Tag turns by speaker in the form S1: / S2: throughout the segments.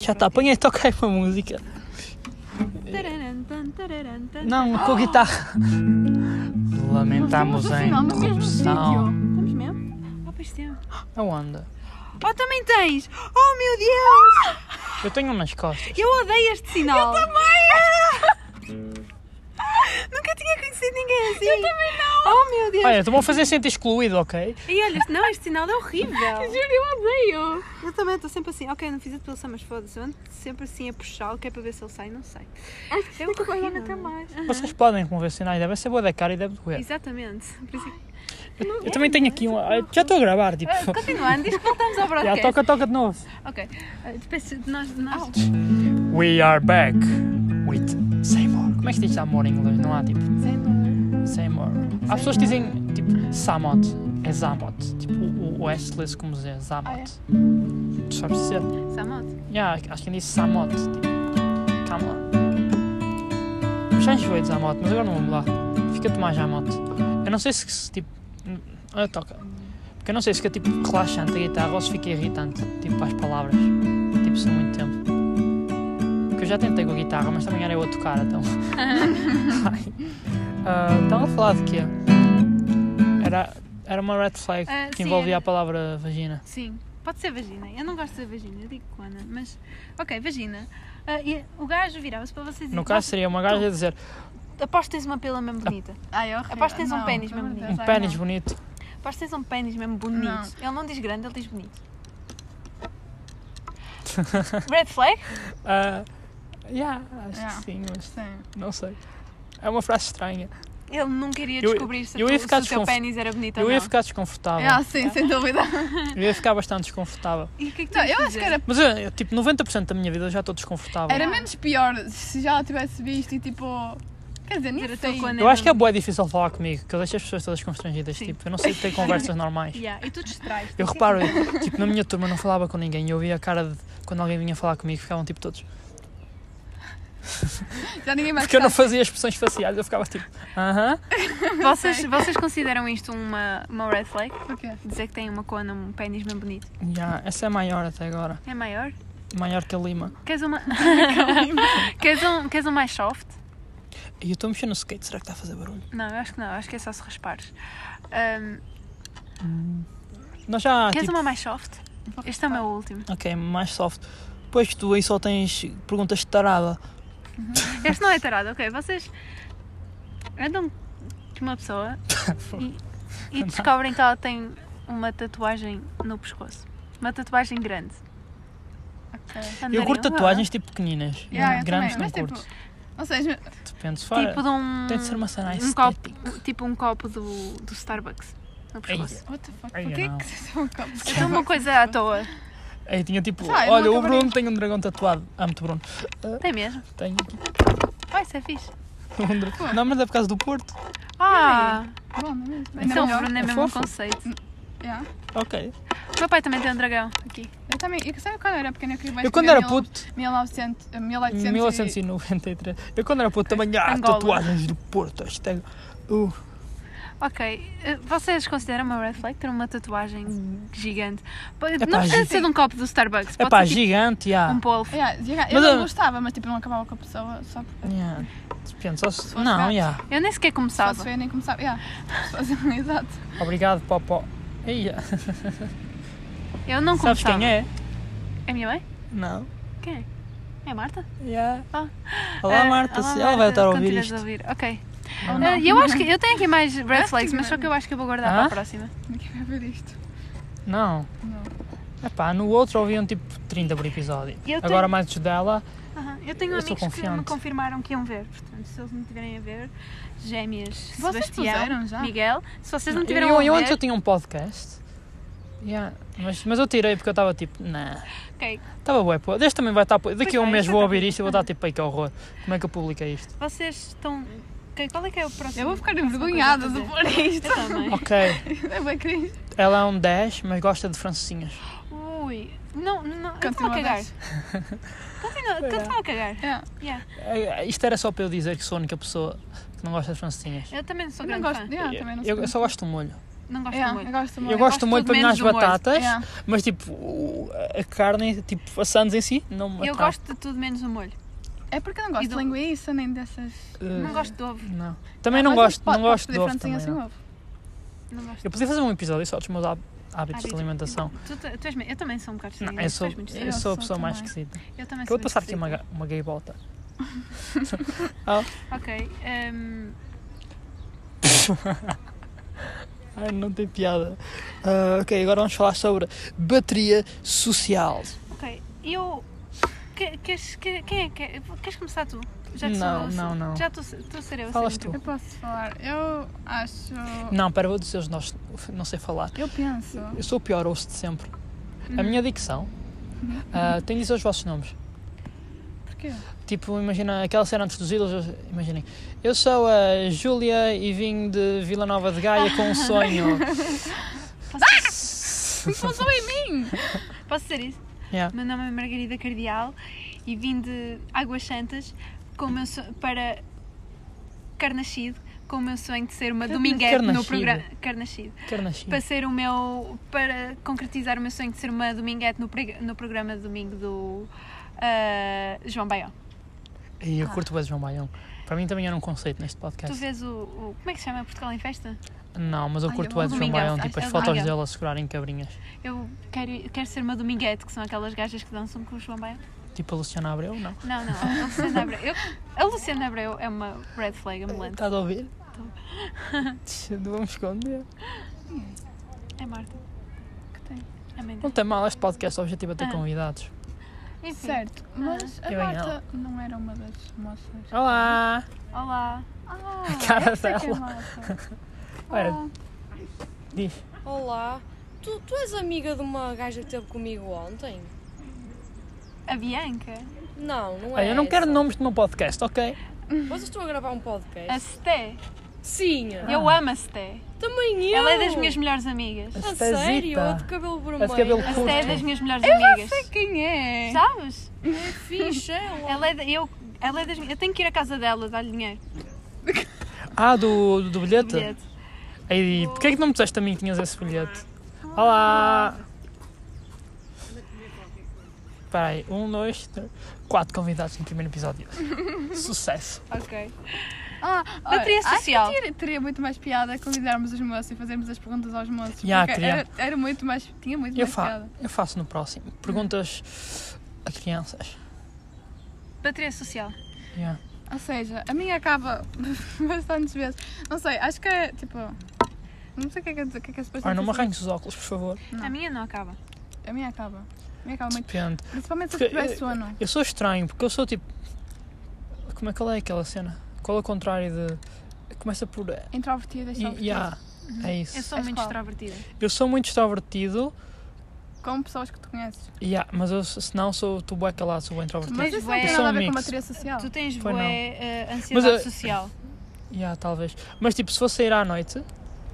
S1: Já está, apanha e toca aí uma música. Não, com a guitarra. Lamentamos em
S2: Não, mas mesmo
S1: interrupção.
S2: vídeo. Temos mesmo? Ah, pois temos.
S1: Aonde?
S2: Oh, também tens! Oh, meu Deus!
S1: Eu tenho umas costas.
S2: Eu odeio este sinal. Eu também! Nunca tinha conhecido ninguém assim. Eu também não! Oh, meu Deus!
S1: Olha, estou a fazer sentir excluído, ok?
S2: E olha, não, este sinal é horrível.
S3: Juro, eu odeio.
S2: Eu também estou sempre assim. Ok, não fiz a depilação, mas foda-se. Eu ando sempre assim a puxá-lo, que é para ver se ele sai, não sei.
S3: Acho que
S2: É
S3: fica com a
S2: horrível.
S3: nunca mais.
S1: Vocês podem remover sinais, deve ser boa da cara e deve doer.
S2: Exatamente. Por isso que-
S1: Eu também tenho aqui um. Ah, Já estou a gravar, tipo.
S2: Ah, Continuando, diz que voltamos ao
S1: Já
S2: broadcast.
S1: toca, toca de novo.
S2: Ok. Ah, Depois de nós... de nós-
S1: We are back with Seymour. Como é que se diz amor em inglês? Não há tipo. Seymour. Há pessoas que dizem tipo Samot. É Zamot. Tipo o, o S como dizer Zamot. Tu sabes dizer?
S2: Samote.
S1: Yeah, acho que ele disse Samot. Tipo, come on. Eu Já enjoei de Zamot, mas agora não vou mudar. Fica-te mais Zamot. Eu não sei se, se, tipo. hum, Ah, toca. Porque eu não sei se fica tipo relaxante a guitarra ou se fica irritante. Tipo para as palavras. Tipo, se muito tempo. Porque eu já tentei com a guitarra, mas também era eu a tocar, então. Ai. Ah, Estava a falar de quê? Era, era uma red flag
S2: Ah,
S1: que
S2: sim,
S1: envolvia
S2: era-
S1: a palavra vagina.
S2: Sim, pode ser vagina. Eu não gosto de vagina, eu digo cona, mas. Ok, vagina. Ah, e o gajo virava-se para vocês e
S1: No caso Ah. seria uma gaja a dizer
S2: Aposto que tens uma pila mesmo bonita.
S3: Ai, é horrível.
S2: Aposto que tens um
S3: Não,
S2: pênis
S3: pelo
S2: mesmo
S3: amor de
S1: um
S3: Deus, ai,
S1: pênis
S3: não.
S1: bonito.
S2: Aposto que tens um pênis mesmo bonito.
S3: Não.
S2: Ele não diz grande, ele diz bonito. Red flag?
S1: Ah, yeah, acho
S3: Yeah.
S1: que sim, mas
S3: Sim.
S1: não sei. É uma frase estranha.
S2: Ele nunca iria
S1: Eu-
S2: descobrir se,
S1: eu ia
S2: tu-
S1: ficar
S2: se o teu
S1: desconf-
S2: pênis era bonito ou
S1: eu
S2: não.
S1: ia ficar desconfortável.
S3: Ah, sim, sem dúvida.
S1: Eu ia ficar bastante desconfortável.
S2: E o que é que tu
S3: Não,
S2: ias
S3: eu acho que
S2: dizer?
S3: era,
S1: Mas eu, eu, tipo, 90% da minha vida eu já estou desconfortável.
S3: era menos pior se já a tivesse visto e tipo. Quer dizer, nem
S2: Era
S3: sei.
S2: tu quando
S1: Eu acho que é
S2: era-
S1: bué difícil falar comigo, que eu deixo as pessoas todas constrangidas.
S2: Sim.
S1: Tipo, eu não sei ter conversas normais.
S2: Yeah, E tu distrais.
S1: Eu reparo, eu, tipo, na minha turma não falava com ninguém. Eu via a cara de quando alguém vinha falar comigo, ficavam tipo todos.
S3: Já ninguém mais
S1: Porque eu não
S3: sabe.
S1: fazia expressões faciais, eu ficava tipo, aham.
S2: Vocês, vocês consideram isto uma, uma red flag?
S3: O quê?
S2: Dizer que tem uma cona, um pênis mesmo bonito.
S1: Yeah, essa é maior até agora.
S2: É maior?
S1: Maior que a Lima.
S2: Queres uma. queres, um, queres um mais soft?
S1: E eu estou mexendo no skate, será que está a fazer barulho?
S2: Não, eu acho que não, eu acho que é só se raspares. Ahm,
S1: Nós já,
S2: queres
S1: tipo,
S2: uma mais soft? Este é o meu último.
S1: Ok, mais soft. Pois tu aí só tens perguntas de tarada.
S2: Este não é tarado, ok? Vocês andam com uma pessoa e, e descobrem que ela tem uma tatuagem no pescoço. Uma tatuagem grande.
S3: Ok.
S1: Eu
S2: Andariam? ah,
S1: curto tatuagens tipo pequeninas.
S3: Yeah, eu
S1: Grandes
S3: também,
S1: não
S3: mas, tipo,
S1: curto.
S3: Não sei, mas-
S1: Depende se
S2: Ah,
S1: for.
S2: Tipo de um.
S1: Tem de ser uma cena
S2: um
S1: estética.
S2: copo, Tipo um copo do, do Starbucks no pescoço.
S3: What the fuck?
S1: Ai,
S3: Porquê
S1: não.
S3: que vocês são um copos?
S2: Então uma coisa à toa.
S1: Aí tinha tipo,
S2: Ah,
S3: Sai, não
S1: olha, o
S3: acabarei.
S1: Bruno tem um dragão tatuado. Amo-te, Bruno.
S2: Tem mesmo.
S1: Tenho aqui
S2: Ai, isso é fixe.
S1: um dragão. Não, mas é por causa do Porto.
S2: Ah!
S3: Bom, não é mesmo? Ainda
S2: Então,
S3: melhor.
S2: Bruno, é
S1: É
S2: mesmo um
S1: fofo.
S2: conceito.
S3: Yeah.
S1: Ok.
S2: O meu pai também tem um dragão aqui.
S3: Eu também. Eu sabe quando eu era pequena eu queria mais
S1: Eu quando
S3: pegar
S2: é
S1: era
S3: mil-
S1: puto,
S3: 1900, eh, 1800
S1: em 1993, eu quando era puto também, ah,
S2: Angola.
S1: tatuagens do Porto. Hashtag. Uh,
S2: Ok, eh, vocês consideram uma red flag ter uma tatuagem
S1: Hum.
S2: gigante? Pô,
S1: pá,
S2: Não precisa
S1: gigante.
S2: ser de um copo do Starbucks,
S1: é
S2: pode
S1: pá,
S2: ser tipo
S1: gigante, yeah.
S2: um polvo.
S3: E... Yeah, yeah, eu
S1: Mas
S3: não
S1: eu-
S3: gostava, mas tipo não acabava com a pessoa só porque.
S2: um
S1: Yeah. Depende, só se...
S3: fosse
S1: Não,
S3: gato.
S1: yeah.
S2: Eu nem sequer
S3: Só
S2: começava.
S3: se vê nem começava. Yeah. Se fosse- Exato.
S1: Obrigado, Popó. Ia.
S2: Eu não
S1: Sabes
S2: começava.
S1: quem é?
S2: é? a minha mãe?
S1: Não.
S2: Quem é? É a Marta?
S1: Yeah.
S2: Ah.
S1: Olá,
S2: Eh,
S1: Marta.
S2: olá,
S1: se ela vai estar a
S2: quando
S1: ouvir
S2: tiveres
S1: isto.
S2: a ouvir. Ok.
S3: Ou
S2: Eh,
S3: não.
S2: eu acho que eu tenho aqui mais red
S3: que
S2: flags, mas só
S3: não.
S2: que eu acho que eu vou guardar
S1: Ah?
S2: para a próxima.
S3: Ninguém vai ver isto.
S1: Não.
S3: Não.
S1: Epá, no outro ouviam tipo 30 por episódio.
S2: Eu tenho-
S1: Agora mais os dela.
S2: Aham, Eu tenho
S1: Eu sou
S2: amigos que me
S1: confiante.
S2: confirmaram que iam ver, portanto, se eles não tiverem a ver, gêmeas,
S3: Vocês
S2: Sebastião,
S3: puseram já?
S2: Miguel, se vocês não
S1: Eu,
S2: tiveram
S1: tá? eu,
S2: a ver,
S1: antes eu tinha um podcast. Yeah. Mas, mas eu tirei porque eu estava tipo, nah.
S2: Ok.
S1: Estava bué, pô. Deste também vai estar. pô. Daqui a
S2: Pois
S1: um
S2: é,
S1: mês
S2: isso
S1: vou
S2: eu
S1: ouvir
S2: também.
S1: isto e vou dar tipo, aí que horror. Como é que eu publiquei isto?
S2: vocês estão. Ok, qual é que é o próximo?
S3: Eu vou ficar envergonhada de
S2: Eu
S3: pôr isto.
S2: também.
S1: Ok.
S3: É bem cringe.
S1: Ela é um 10, mas gosta de francesinhas.
S2: Ui. Não, não,
S3: Continua
S2: continua a cagar.
S3: dez.
S2: Continua,
S1: é.
S2: continua a cagar.
S3: Yeah.
S1: Eh, Isto era só para eu dizer que sou a única pessoa que não gosta de francesinhas.
S2: Eu também não sou
S3: Eu não
S2: grande
S3: gosto.
S2: fã.
S3: Yeah, também não
S1: eu, eu
S3: sou-
S1: só gosto do molho.
S2: Não gosto
S3: Yeah,
S2: muito.
S3: É, eu gosto É. muito.
S1: É, Eu gosto muito
S2: tudo
S1: para
S2: menos
S1: as
S2: do molho.
S1: batatas,
S3: Yeah.
S1: mas tipo, o- a carne, tipo, a sandes em si, não me
S2: Eu
S1: atrai.
S2: gosto de tudo menos o molho.
S3: É porque eu não gosto
S2: E
S3: de
S2: do-
S3: linguiça nem dessas.
S1: Eh,
S2: Não gosto de ovo.
S1: não. Também não
S3: Mas
S1: gosto,
S3: pode-
S1: não
S3: pode
S1: gosto de
S3: pedir
S1: ovo
S3: francesinha
S1: também. não.
S3: sem ovo.
S2: Não gosto.
S1: Eu podia fazer um episódio só dos meus há- hábitos de alimentação.
S2: Tu, tu- tu és, me- eu também sou um bocado
S1: Não,
S2: estranha.
S1: eu sou,
S2: muito
S1: eu
S2: estranha.
S1: sou a
S3: Eu
S1: pessoa mais
S3: também.
S1: esquisita.
S2: Eu também
S1: Acabou
S2: sou
S1: de
S2: muito
S1: passar aqui uma,
S2: esquisita.
S1: ga- uma gay volta.
S2: Ok. hum,
S1: Ai, não tem piada. Ah, ok, agora vamos falar sobre bateria social.
S2: ok. Eu. que- Queres, que- quem é que é? Queres começar tu? que sou
S1: Não,
S2: eu,
S1: não,
S2: sou-
S1: não.
S2: Já estou estou a ser eu. a
S1: Falas
S2: ser
S1: tu.
S3: Eu posso falar. Eu acho.
S1: Não, para vou dizer os nossos. Não sei falar.
S3: Eu penso.
S1: Eu sou o pior host de sempre. A minha dicção. ah, tem de dizer os vossos nomes.
S3: Porquê?
S1: Tipo, imagina aquela cena antes dos ídolos. Imaginem. Eu sou a Júlia e vim de Vila Nova de Gaia com um sonho.
S3: Pensou em mim!
S2: Posso dizer isso?
S1: Yeah.
S2: Meu nome é Margarida Cardial e vim de Águas Santas com o meu sonho, para Carnaxide com o meu sonho de ser uma
S1: Carna-
S2: dominguete no
S1: Carnaxide?
S2: programa Carnaxide
S1: Quero nascer.
S2: para ser o meu para concretizar o meu sonho de ser uma dominguete no, preg- no programa de domingo do ah, João Baião.
S1: E eu curto o João Baião. Para mim também era um conceito neste
S2: Tu
S1: podcast.
S2: vês o, o- como é que se chama Portugal em festa?
S1: Não, mas eu
S3: Ai,
S1: curto
S3: eu
S1: o
S3: amo
S1: João Baião.
S2: dominguete.
S1: Tipo, as
S2: Ai,
S1: fotos
S2: dominguete.
S1: dele a segurarem cabrinhas.
S2: Eu quero quero ser uma dominguete que são aquelas gajas que dançam com o João Baião.
S1: Tipo a Luciana Abreu, não.
S2: Não, não, a Luciana Abreu. Eu- a Luciana Abreu é uma red flag ambulante.
S1: Estás a ouvir? Vamos esconder.
S2: É Marta.
S3: Que tem.
S2: É mãe dela.
S1: Não tem mal, este podcast o objetivo é
S3: Ah.
S1: ter convidados.
S2: Enfim.
S3: Certo, mas a
S1: Eu Oh. em ela.
S3: Marta não era uma das moças.
S1: Olá!
S2: Olá.
S3: Ah,
S1: cara
S3: essa é que é
S1: dela.
S3: Marta.
S1: Ora, diz.
S4: Olá, tu, tu és amiga de uma gaja que esteve comigo ontem?
S2: A Bianca.
S4: Não, não é.
S1: Olha, eu não quero
S4: essa.
S1: nomes do meu podcast, ok? É
S4: Vocês estão a gravar um
S2: A
S4: podcast?
S2: Sté.
S4: Sim,
S3: Ah.
S2: Eu amo a Sté.
S4: também eu.
S2: Ela é das minhas melhores amigas.
S4: A
S1: Estazita.
S4: sério? A de cabelo vermelho.
S1: A de cabelo
S2: A
S1: curto.
S2: Sté é das minhas melhores amigas.
S3: Quem é?
S2: Sabes?
S4: Fixe, ela.
S2: Ela é, da- eu, ela é das minhas... Eu tenho que ir à casa dela dar-lhe dinheiro.
S1: Ah, do, do, bilhete?
S2: Bilhete.
S1: Aí, porquê é que não me disseste a mim que tinhas esse bilhete? Olá! Espera aí, um, dois, três, quatro convidados no primeiro episódio. Sucesso!
S2: Ok.
S3: Ah, olha,
S2: Bateria
S3: acho que
S2: social.
S3: teria- teria muito mais piada convidarmos os moços e fazermos as perguntas aos moços.
S1: Ya,
S3: porque
S1: queria.
S3: era, era muito mais. Tinha muito
S1: Eu,
S3: mais
S1: fa-
S3: piada.
S1: eu faço no próximo. Perguntas a crianças.
S2: Bateria social.
S1: Yeah.
S3: Ou seja, a minha acaba bastantes vezes. Não sei, acho que é tipo. Não sei o que é que é, o que é, que é suposto
S1: Olha, não me
S3: dizer.
S1: arranques os óculos, por favor.
S3: Não.
S2: A minha não acaba.
S3: A minha acaba. A minha acaba muito.
S1: Depende.
S3: Principalmente se
S1: Porque- eh,
S3: eu tiver sono.
S1: Eu sou estranho, porque eu sou tipo. Como é que ela é aquela cena? Qual é o contrário de. Começa por.
S3: Introvertida,
S1: E,
S3: extrovertida.
S1: yeah, é isso.
S2: Eu sou
S3: És
S2: muito
S3: qual?
S2: extrovertida.
S1: Eu sou muito extrovertido,
S3: Com pessoas que tu conheces.
S1: yeah, mas eu, se não, sou tu bué calado, sou bué introvertido.
S3: Mas
S2: Mas
S3: isso não
S2: é-
S3: tem
S1: Eu sou
S3: nada a
S1: um
S3: ver com
S1: mix.
S3: bateria social.
S2: Tu tens
S1: Pois
S2: boa
S1: não.
S2: ansiedade
S1: Mas, eh,
S2: social.
S1: Yeah, talvez. Mas tipo, se fosse sair à noite.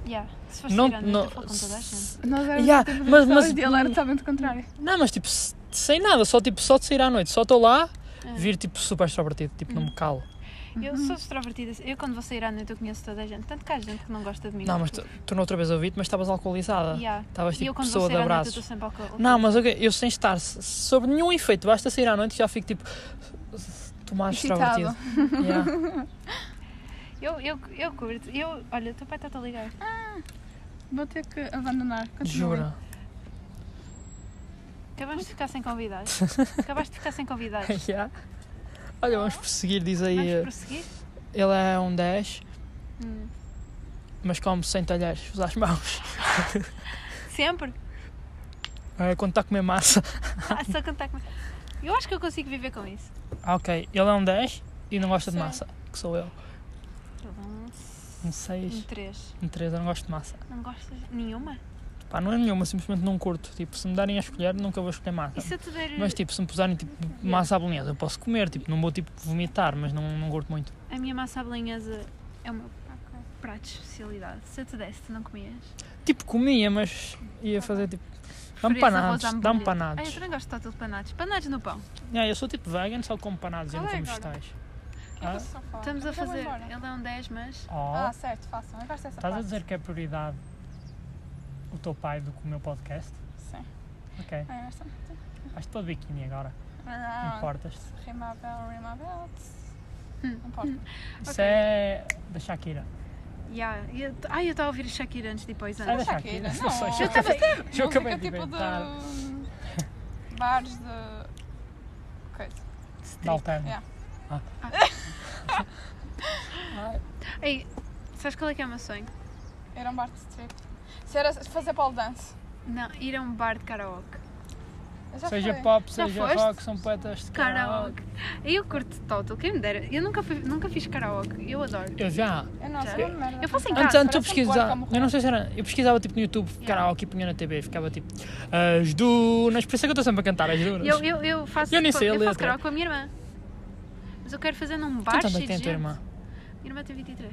S2: Yeah. Se fores
S1: Não.
S2: tirando,
S1: não
S2: eu falo com toda a gente.
S1: se-
S3: Nós éramos
S1: Yeah,
S3: o tipo de
S1: mas-
S3: pessoas
S1: mas-
S3: e ele era totalmente o contrário.
S1: não, mas tipo, se- sem nada, só tipo, só de sair à noite. Só estou lá,
S2: Ah.
S1: vir tipo super extrovertido, tipo,
S2: Hum.
S1: não me calo.
S2: Eu
S3: Uhum.
S2: sou extrovertida. Eu quando vou sair à noite eu conheço toda a gente. Tanto que há gente que não gosta de mim.
S1: Não, mas tu, tu na outra vez ouvi-te, mas estavas alcoolizada.
S2: Yeah.
S1: Estavas
S2: E
S1: tipo
S2: eu quando vou
S1: pessoa de
S2: sair à noite eu estou
S1: abraços.
S2: sempre alcoólica.
S1: Não, mas ok, eu sem estar s- sob nenhum efeito, basta sair à noite e já fico tipo. Tomás
S3: Excitado.
S1: extrovertido. Yeah.
S2: Eu, eu, eu curto. Eu, olha, o teu pai está-te a ligar.
S3: Vou ter que abandonar. Continua.
S1: Jura?
S2: Acabamos de ficar sem convidados. Acabaste de ficar sem convidados.
S1: Yeah. Olha, vamos prosseguir, diz aí.
S2: Vamos
S1: eh,
S2: prosseguir?
S1: Ele é um 10,
S2: Hum.
S1: mas come sem talheres, usa as mãos.
S2: Sempre?
S1: É, quando está a comer massa.
S2: Ah, só contar com... Eu acho que eu consigo viver com isso.
S1: Ah, ok. Ele é um 10 e não gosta de
S3: Sim.
S1: massa, que sou eu. Um
S2: Um
S1: 6,
S2: 3.
S1: um 3, eu não gosto de massa.
S2: Não gostas de nenhuma?
S1: Pá, não é nenhuma, simplesmente não curto. Tipo, se me darem a escolher, nunca vou escolher massa.
S2: E se eu te
S3: é-
S2: der
S1: Mas tipo, se me puserem tipo, massa à bolonhesa, eu posso comer, tipo, não vou tipo vomitar, mas não, não curto muito.
S2: a minha massa à bolinhesa é o meu prato de especialidade. Se eu te desse, tu não comias?
S1: Tipo, comia, mas ia fazer tipo. Dá-me
S2: Preferias arroz
S1: panados,
S2: à
S1: dá-me
S2: hambúrguer? Ah,
S3: É
S2: eu
S1: panados.
S2: também gosto de torta de panados. Panados no pão.
S1: Yeah, eu sou tipo vegan, só como panados, eu não
S3: Qual é
S1: como
S3: agora?
S1: vegetais.
S3: Eu
S1: Ah?
S3: vou só falar.
S2: Estamos a
S3: Eu Então vou
S2: fazer...
S3: embora.
S2: Ele é um 10, mas...
S1: Oh,
S3: Ah, certo, façam. Eu gosto dessa
S1: estás a
S3: parte.
S1: dizer que é prioridade. o teu pai do que o meu podcast?
S3: Sim.
S1: Ok.
S3: Ai, mas tá.
S1: Vais todo biquíni agora.
S3: Ah,
S1: Importas-te.
S3: Rimável, rimável.
S2: Hum.
S3: Não importa.
S1: Isso
S3: Ok.
S1: é da Shakira.
S2: Yeah. eu- Ai, eu estava a ouvir a Shakira antes de ir para o
S1: É da
S2: exame.
S3: Mas
S1: Shakira.
S3: Shakira,
S1: Não
S3: não.
S1: sei.
S3: Eu
S1: Shakira.
S3: tava-
S1: Eu acabei
S3: Música
S1: de
S3: tipo de.
S1: inventar.
S3: bares de. coisa.
S1: Da Altano.
S3: Yeah.
S1: Ah.
S2: Ei, sabes qual é que é o meu sonho?
S3: Era um bar de strip. Se era fazer pole dance.
S2: Não, ir a um bar de karaoke.
S3: Eu já
S1: seja
S3: fui.
S1: pop,
S2: Já
S1: seja
S2: foste?
S1: rock, são poetas de
S2: Karaoke. Eu curto total, quem me dera. Eu nunca, fui, nunca fiz karaoke, eu adoro.
S1: Eu já.
S3: Eu não
S2: Já.
S3: sei. uma merda.
S2: Eu faço em
S1: Antes,
S2: casa.
S1: antes eu
S3: parece um porco
S1: pesquisava.
S3: a morrer.
S1: Eu não sei se era. Eu pesquisava tipo no YouTube karaoke e punha na TV. Ficava tipo. As dunas. Por isso é que eu estou sempre a cantar as dunas.
S2: Eu, eu, eu faço,
S1: Eu nem sei a
S2: eu faço
S1: letra.
S2: karaoke com a minha irmã. Mas eu quero fazer num bar
S1: tu também
S2: cheio de
S1: tens a tua
S2: gente.
S1: irmã.
S2: Minha irmã tem 23.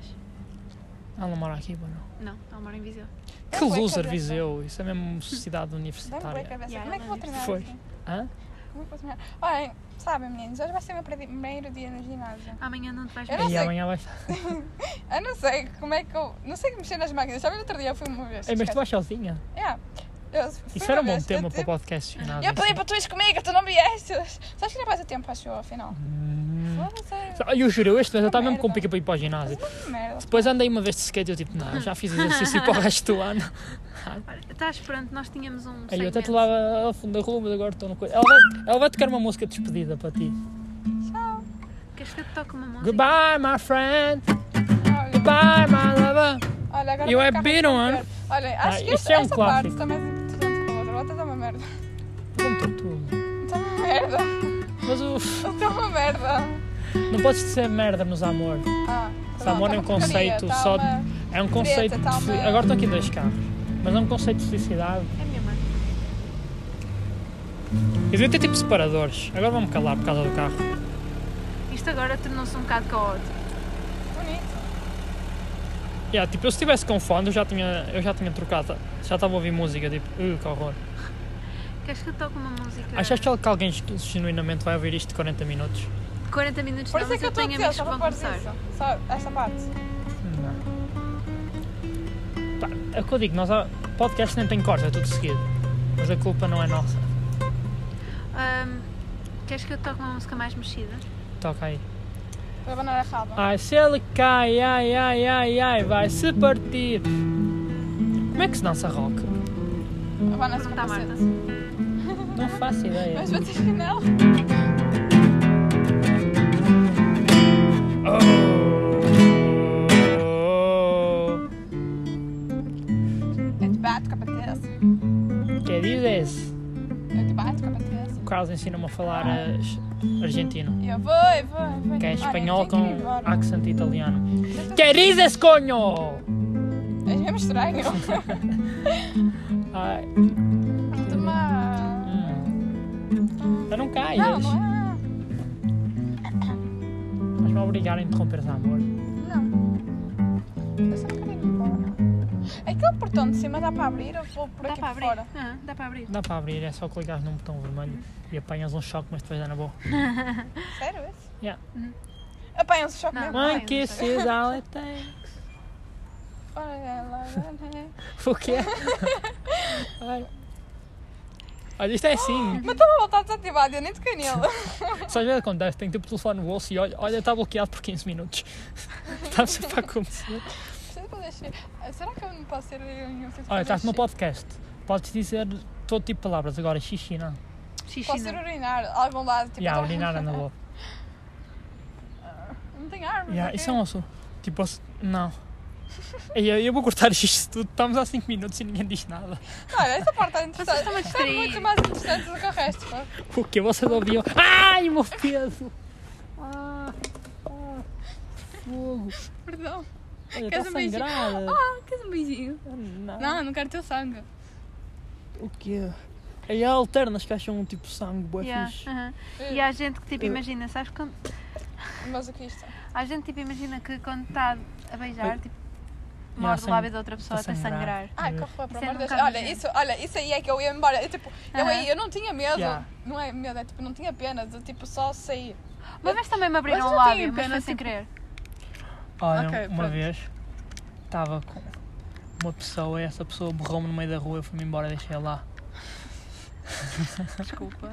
S1: Ela não mora aqui, pô, não.
S2: Não, ela mora em Viseu.
S1: Que
S3: É bué
S1: loser
S3: cabeça.
S1: Viseu. Isso é mesmo cidade
S3: Dá-me boa
S1: universitária.
S3: cabeça.
S2: Yeah,
S3: Como é que vou
S2: não.
S3: treinar?
S1: Foi.
S3: assim?
S1: Hã?
S3: Como é que vou treinar? Olhem, sabem, meninos, hoje vai ser o meu primeiro dia no ginásio.
S2: Amanhã não te vais
S3: Eu
S2: ver.
S3: não
S1: E
S3: sei.
S1: amanhã vai estar.
S3: Eu não sei como é que eu. Não sei mexer nas máquinas. Sabem, no outro dia eu fui uma vez.
S1: Ei, É, mas tu
S3: esquece.
S1: vais sozinha?
S3: Yeah. Eu fui
S1: Isso
S3: uma
S1: era um bom
S3: vez,
S1: tema
S3: eu,
S1: para o
S3: tipo,
S1: podcast. ginásio,
S3: Eu pedi
S1: assim.
S3: para tu ires comigo, tu não vieste. Sabes que não faz o tempo, acho eu, afinal.
S1: Hum.
S3: Foda-se.
S1: Só- Eu juro, este mês eu estava mesmo com
S3: Merda.
S1: pica para ir para o ginásio.
S3: Mas é uma merda.
S1: Depois andei uma vez de skate e eu tipo, não, já fiz exercício para o resto do ano.
S2: Olha, Estás pronto, nós tínhamos um.
S1: Aí eu até te
S2: segmento.
S1: levava ao fundo da rua, mas agora estou no coisa. Ela vai, ela vai tocar uma música de despedida para ti.
S3: Uhum. Tchau.
S2: Queres que eu te toque uma música?
S1: Goodbye, my friend.
S3: Olha.
S1: Goodbye, my lover.
S3: Olha, agora
S1: Eu
S3: vai
S1: é
S3: ficar
S1: beira,
S3: muito
S1: mano.
S3: pior. Olha, acho
S1: Ah,
S3: que
S1: isto
S3: esta,
S1: é um
S3: esta
S1: clássico.
S3: parte também é muito diferente com a outra. A outra está uma merda.
S1: Como tu, tu.
S3: Está uma merda.
S1: Mas uf,
S3: Está uma merda.
S1: não podes ser merda nos amor.
S3: Ah,
S1: Esse amor é um conceito só de- É um conceito.
S3: tá
S1: de fe-
S3: uma-
S1: Agora estou aqui dois carros. Mas é um conceito de felicidade.
S2: É minha mãe.
S1: Eu devia ter tipo separadores. Agora vamos calar por causa do carro.
S2: Isto agora tornou-se um bocado caótico.
S3: Bonito.
S1: Yeah, tipo, eu se estivesse com fome, eu já tinha, eu já tinha trocado. Já estava a ouvir música, tipo, uh, que horror.
S2: Queres que eu te toque uma música?
S1: Achas que que alguém genuinamente vai ouvir isto de 40 minutos?
S2: 40 minutos
S3: Por
S2: não,
S3: isso é
S2: mas
S3: que
S2: eu
S3: eu estou a
S2: tenho
S3: dizer,
S2: amigos
S3: eu
S2: que
S3: estava a
S2: vão
S3: par
S2: começar.
S3: disso. Só esta parte.
S1: Não. Pá, é o que eu digo, nós, há- podcast nem tem cortes, é tudo seguido. Mas a culpa não é nossa.
S2: Ahm, queres que eu te toque uma música mais mexida?
S1: Toca aí.
S3: Para abanar a raba.
S1: Ai, se ele cai, ai, ai, ai, ai, vai se partir. Como é que se dança rock?
S2: Pergunta
S3: Abana-se
S2: à
S3: com
S2: Tá Marta.
S3: você.
S1: Não faço ideia.
S3: Mas bater que não.
S1: Oh.
S3: Eu te bato com a cabeça.
S1: Que dizes?
S3: Eu te bato com a cabeça.
S1: O Carlos ensina-me a falar eh, argentino,
S3: E eu vou, eu vou, eu vou.
S1: que é
S3: Olha,
S1: espanhol
S3: tenho
S1: com
S3: que ir embora.
S1: accent italiano.
S3: Eu tô-
S1: Que é dizes, coño?
S3: É mesmo estranho.
S1: Ai,
S3: Toma.
S1: hum. Eu não caias.
S3: Não, não é.
S1: Mas me obrigar a interromper esse amor.
S3: Não. Eu só quero ir embora. Aquele É portão de cima dá para abrir ou vou por
S2: Dá
S3: aqui
S2: para
S3: por
S2: abrir?
S3: fora?
S2: Ah, dá para abrir.
S1: Dá para abrir, é só clicar num botão vermelho e apanhas um choque, mas depois é na boa.
S3: Sério Uhum. esse?
S1: Yeah.
S3: Apanham-se o choque
S2: Não.
S3: mesmo.
S1: Mãe,
S2: Ai,
S1: que é?
S2: não sei.
S1: is all it takes.
S3: Olha lá, olha lá.
S1: O que é? Ai. Olha, isto é assim.
S3: Mas estava a voltar desativado, eu nem toquei nele.
S1: Só às vezes acontece, tenho tipo o telefone no bolso e olha, olha, está bloqueado por 15 minutos. Está sempre a acontecer.
S3: Preciso fazer xixi. Ah, Será que eu não posso ser eu em um
S1: Olha, tá,
S3: sítio fazer
S1: estás no
S3: xixi?
S1: podcast. Podes dizer todo tipo de palavras agora, xixi, não.
S3: Tipo,
S2: Xixi.
S3: Posso ser
S2: não.
S3: urinar, a algum lado. Tipo,
S1: E a
S3: tá-
S1: urinar é na boa.
S3: Não tem armas.
S1: Yeah,
S3: ok?
S1: Isso é um assunto. Tipo, ass- não. E Eu, eu vou cortar isto tudo. Estamos há 5 minutos e ninguém diz nada.
S3: Olha, essa parte é interessante.
S2: estão a
S3: São muito
S2: distrair.
S3: mais interessantes do que o resto. pá.
S1: O que vocês ouviam? Ai, meu peso! Ah, ah, fogo.
S3: Perdão.
S1: Olha,
S3: Queres
S1: está
S3: um beijinho?
S1: sangrada.
S3: Ah, queres um beijinho?
S1: Não.
S3: Não, não quero teu sangue.
S1: O quê? Aí há alternas que acham um tipo sangue, bué
S2: Yeah,
S1: fixe.
S2: aham. E há gente que tipo imagina, sabes quando.
S3: Mas o que é isto?
S2: Há gente tipo imagina que quando está a beijar, tipo,
S1: Yeah,
S2: morde
S1: sangue-
S2: o lábio da outra pessoa
S1: tá
S2: até
S1: sangrar.
S2: sangrar.
S3: Ai, corre, pelo
S2: Isso é
S3: amor de Deus.
S2: nunca
S3: Olha
S2: vi.
S3: isso, olha, isso aí é que eu ia embora. Eu, tipo, eu
S2: Aham.
S3: aí, eu não tinha medo.
S1: Yeah.
S3: Não é medo, é tipo, não tinha pena. De, tipo, só sair.
S2: Uma vez também me abriram
S3: Mas
S2: o
S3: não tem
S2: lábio, mas
S3: pena,
S2: foi sem
S3: tipo-
S2: querer.
S1: Olha,
S3: Ok,
S1: uma
S3: pronto.
S1: vez estava com. uma pessoa e essa pessoa borrou-me no meio da rua, eu fui-me embora e deixei-a lá.
S2: Desculpa.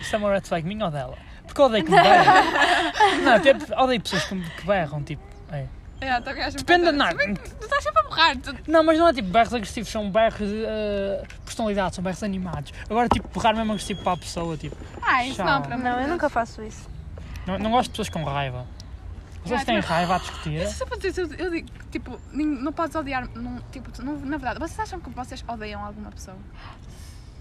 S1: Isto é uma red flag minha ou dela? Porque eu odeio que me berrem. não, tipo, odeio pessoas que, me- que berram, tipo.
S3: É, também acho
S1: Depende,
S3: importante.
S1: não,
S3: Se bem que Tu estás sempre a borrar. Tu...
S1: não, mas não é tipo berros agressivos, são berros de eh, personalidade, são berros animados. Agora, tipo, borrar mesmo agressivo para a pessoa, tipo.
S3: Ah, isso não,
S1: Tchau.
S3: para mim.
S2: Não, eu nunca faço isso.
S1: Não, não gosto de pessoas com raiva. Vocês
S3: Ah,
S1: têm
S3: mas-
S1: raiva a discutir?
S3: Isso eu vou dizer, eu, eu digo, tipo, nin- não podes odiar, não, tipo, tu- não, na verdade, vocês acham que vocês odeiam alguma pessoa?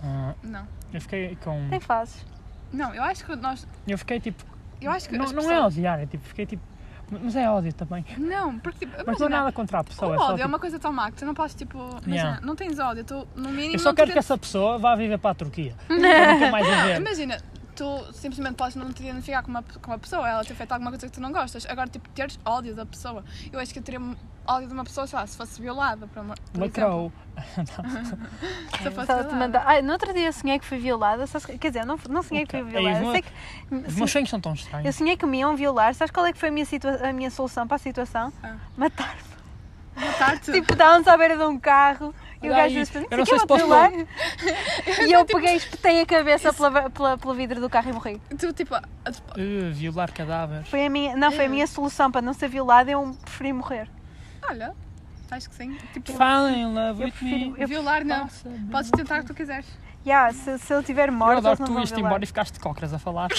S1: Ah,
S3: Não.
S1: eu fiquei com.
S2: Nem fazes.
S3: Não, eu acho que nós,
S1: Eu fiquei tipo.
S3: eu acho que
S1: Não,
S3: as
S1: não é
S3: pessoas-
S1: odiar, é tipo. Fiquei tipo. Mas é ódio também.
S3: Não, porque, tipo,
S1: Mas não é
S3: imagina,
S1: nada contra a
S3: o
S1: pessoa. é só,
S3: ódio é
S1: tipo,
S3: uma coisa tão má que tu não podes, tipo, imagina,
S1: Yeah.
S3: não tens ódio, tu, no mínimo,
S1: Eu só
S3: não
S1: quero
S3: te
S1: que essa pessoa vá viver para a Turquia. Nunca mais a ver.
S3: Imagina, tu simplesmente podes não te identificar com uma, com uma pessoa, ela ter feito alguma coisa que tu não gostas. Agora, tipo, teres ódio da pessoa. Eu acho que eu teria ódio de uma pessoa, sei lá, se fosse violada, por, amor- por exemplo.
S1: Lacrou.
S3: Se eu fosse
S2: Estava-te a
S3: violada.
S2: mandar- Ai, no outro dia sonhei que fui violada. sabes que- Quer dizer, não, não sonhei que fui
S1: Ok.
S3: É
S2: violada.
S1: Ei,
S2: sei que-
S1: Os
S2: sim,
S1: meus sonhos são tão
S2: eu
S1: estranhos.
S2: sonhei que me iam violar. Sabes qual é que foi a minha, situa- a minha solução para a situação?
S3: Ah.
S2: Matar-me.
S3: Matar-te.
S2: Tipo, dá-nos à beira de um carro. E o
S1: Olha
S2: gajo assim,
S1: aí,
S2: disse para mim,
S1: eu não
S2: "Você
S1: sei
S2: quer
S1: se posso
S2: violar?" E eu
S1: tipo
S2: peguei, espetei a cabeça pela, pela- pelo vidro do carro e morri.
S3: tu, tipo, a- a-
S1: Uh, violar cadáveres.
S2: Foi a minha, não,
S1: É.
S2: foi a minha solução para não ser violada. Eu preferi morrer.
S3: olha, acho que sim. Tipo,
S1: Falem in love
S2: Eu
S1: with
S2: prefiro-
S1: me.
S2: eu-
S3: violar não. Podes tentar o que tu quiseres.
S2: Yeah, se, se ele tiver
S1: Eu
S2: morto, eles
S1: adoro
S2: não
S1: tu
S2: vão
S1: isto
S2: violar.
S1: embora e ficaste de cócoras a falar. tu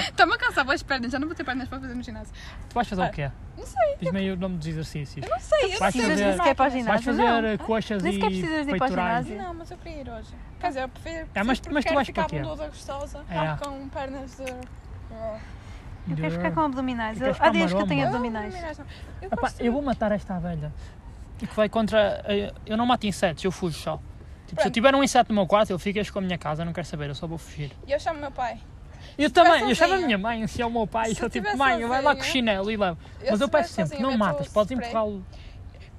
S3: Estou-me a cansar boas pernas, já não vou ter pernas para fazer no ginásio.
S1: vais fazer
S2: Ah,
S1: o quê?
S3: Não sei,
S1: Diz-me aí o nome dos exercícios.
S3: não sei, eu
S1: Vais
S3: não sei.
S2: Precisas
S1: fazer-
S2: nem sequer para o
S1: Vais
S2: ginásio.
S1: fazer
S2: Não.
S1: uh, coxas
S2: Nem
S1: e
S2: sequer precisas de ir para o
S1: peitorais.
S2: ginásio.
S3: Não, mas eu queria ir hoje. Quer dizer, eu prefiro.
S1: É, mas-
S3: porque
S1: mas tu
S3: quero
S1: vais
S3: ficar
S1: para quê?
S3: bunduda gostosa Ah,
S1: É.
S3: com pernas de.
S2: Eu quero ficar com abdominais.
S1: Eu
S2: Eu-
S1: quero
S2: Há
S1: ficar
S2: dias que eu
S1: maromba.
S2: tenho
S3: Eu
S2: abdominais.
S3: Ah, não, eu
S1: Epá,
S3: gosto
S1: eu vou matar esta abelha. E que vai contra. eh, Eu não mato insetos, eu fujo só. Tipo, se eu
S3: Pronto.
S1: tiver um inseto no meu quarto, ele fica com a minha casa, eu não quero saber, eu só vou fugir.
S3: E eu chamo meu pai.
S1: Eu também, eu
S3: sozinha.
S1: chamo a minha mãe, se é o meu pai,
S3: Se
S1: eu
S3: eu
S1: tipo,
S3: tiver
S1: mãe, vai lá com o
S3: sozinha,
S1: chinelo e levo. Mas eu peço
S3: se tiver
S1: sempre,
S3: sozinha,
S1: não
S3: meto
S1: matas,
S3: o
S1: podes
S3: spray.
S1: empurrá-lo.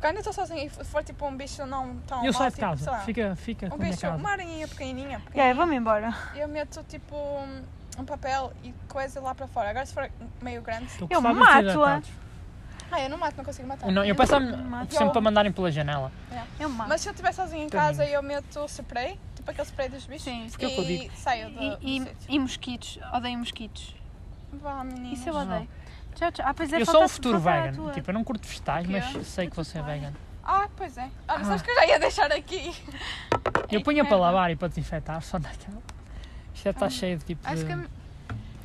S3: Quando eu estou sozinha e f- for tipo um bicho não tão
S1: E eu
S3: mau,
S1: saio de
S3: tipo, sei
S1: casa,
S3: lá,
S1: fica, fica com
S3: um
S1: a minha
S3: bicho,
S1: casa.
S3: uma aranha pequenininha, pequenininha
S2: Yeah, vamos embora.
S3: eu meto tipo um, um papel e coisa lá para fora. Agora se for meio grande,
S1: Eu,
S2: Eu
S1: gostava de ser
S2: mato-a.
S1: atacado.
S3: ah, eu não mato, não consigo matar.
S1: Eu não- Eu peço a minha-
S2: mato.
S1: sempre para mandarem pela janela.
S2: Eu mato.
S3: Mas se eu estiver sozinha em casa e eu meto spray, tipo aquele spray dos bichos,
S2: Sim.
S1: Porque é o que eu
S3: e
S1: digo.
S3: saio do, do
S2: E, e,
S3: sítio.
S2: e mosquitos. Odeio mosquitos.
S3: Vá, meninas.
S2: Isso eu odeio. Tchau, tchau. Ah, pois é,
S1: Eu
S2: falta-
S1: sou um futuro
S2: falta a
S1: vegan.
S2: tua.
S1: Tipo, eu não curto vegetais,
S3: Porquê?
S1: mas sei que você é vegan.
S3: Ah, pois é. Olha, sabes
S1: Ah.
S3: que eu já ia deixar aqui.
S1: Eu
S3: que
S1: ponho para
S3: merda.
S1: lavar e para desinfetar, só naquela. Isto já está cheio de tipo.
S3: Acho
S1: de-
S3: que.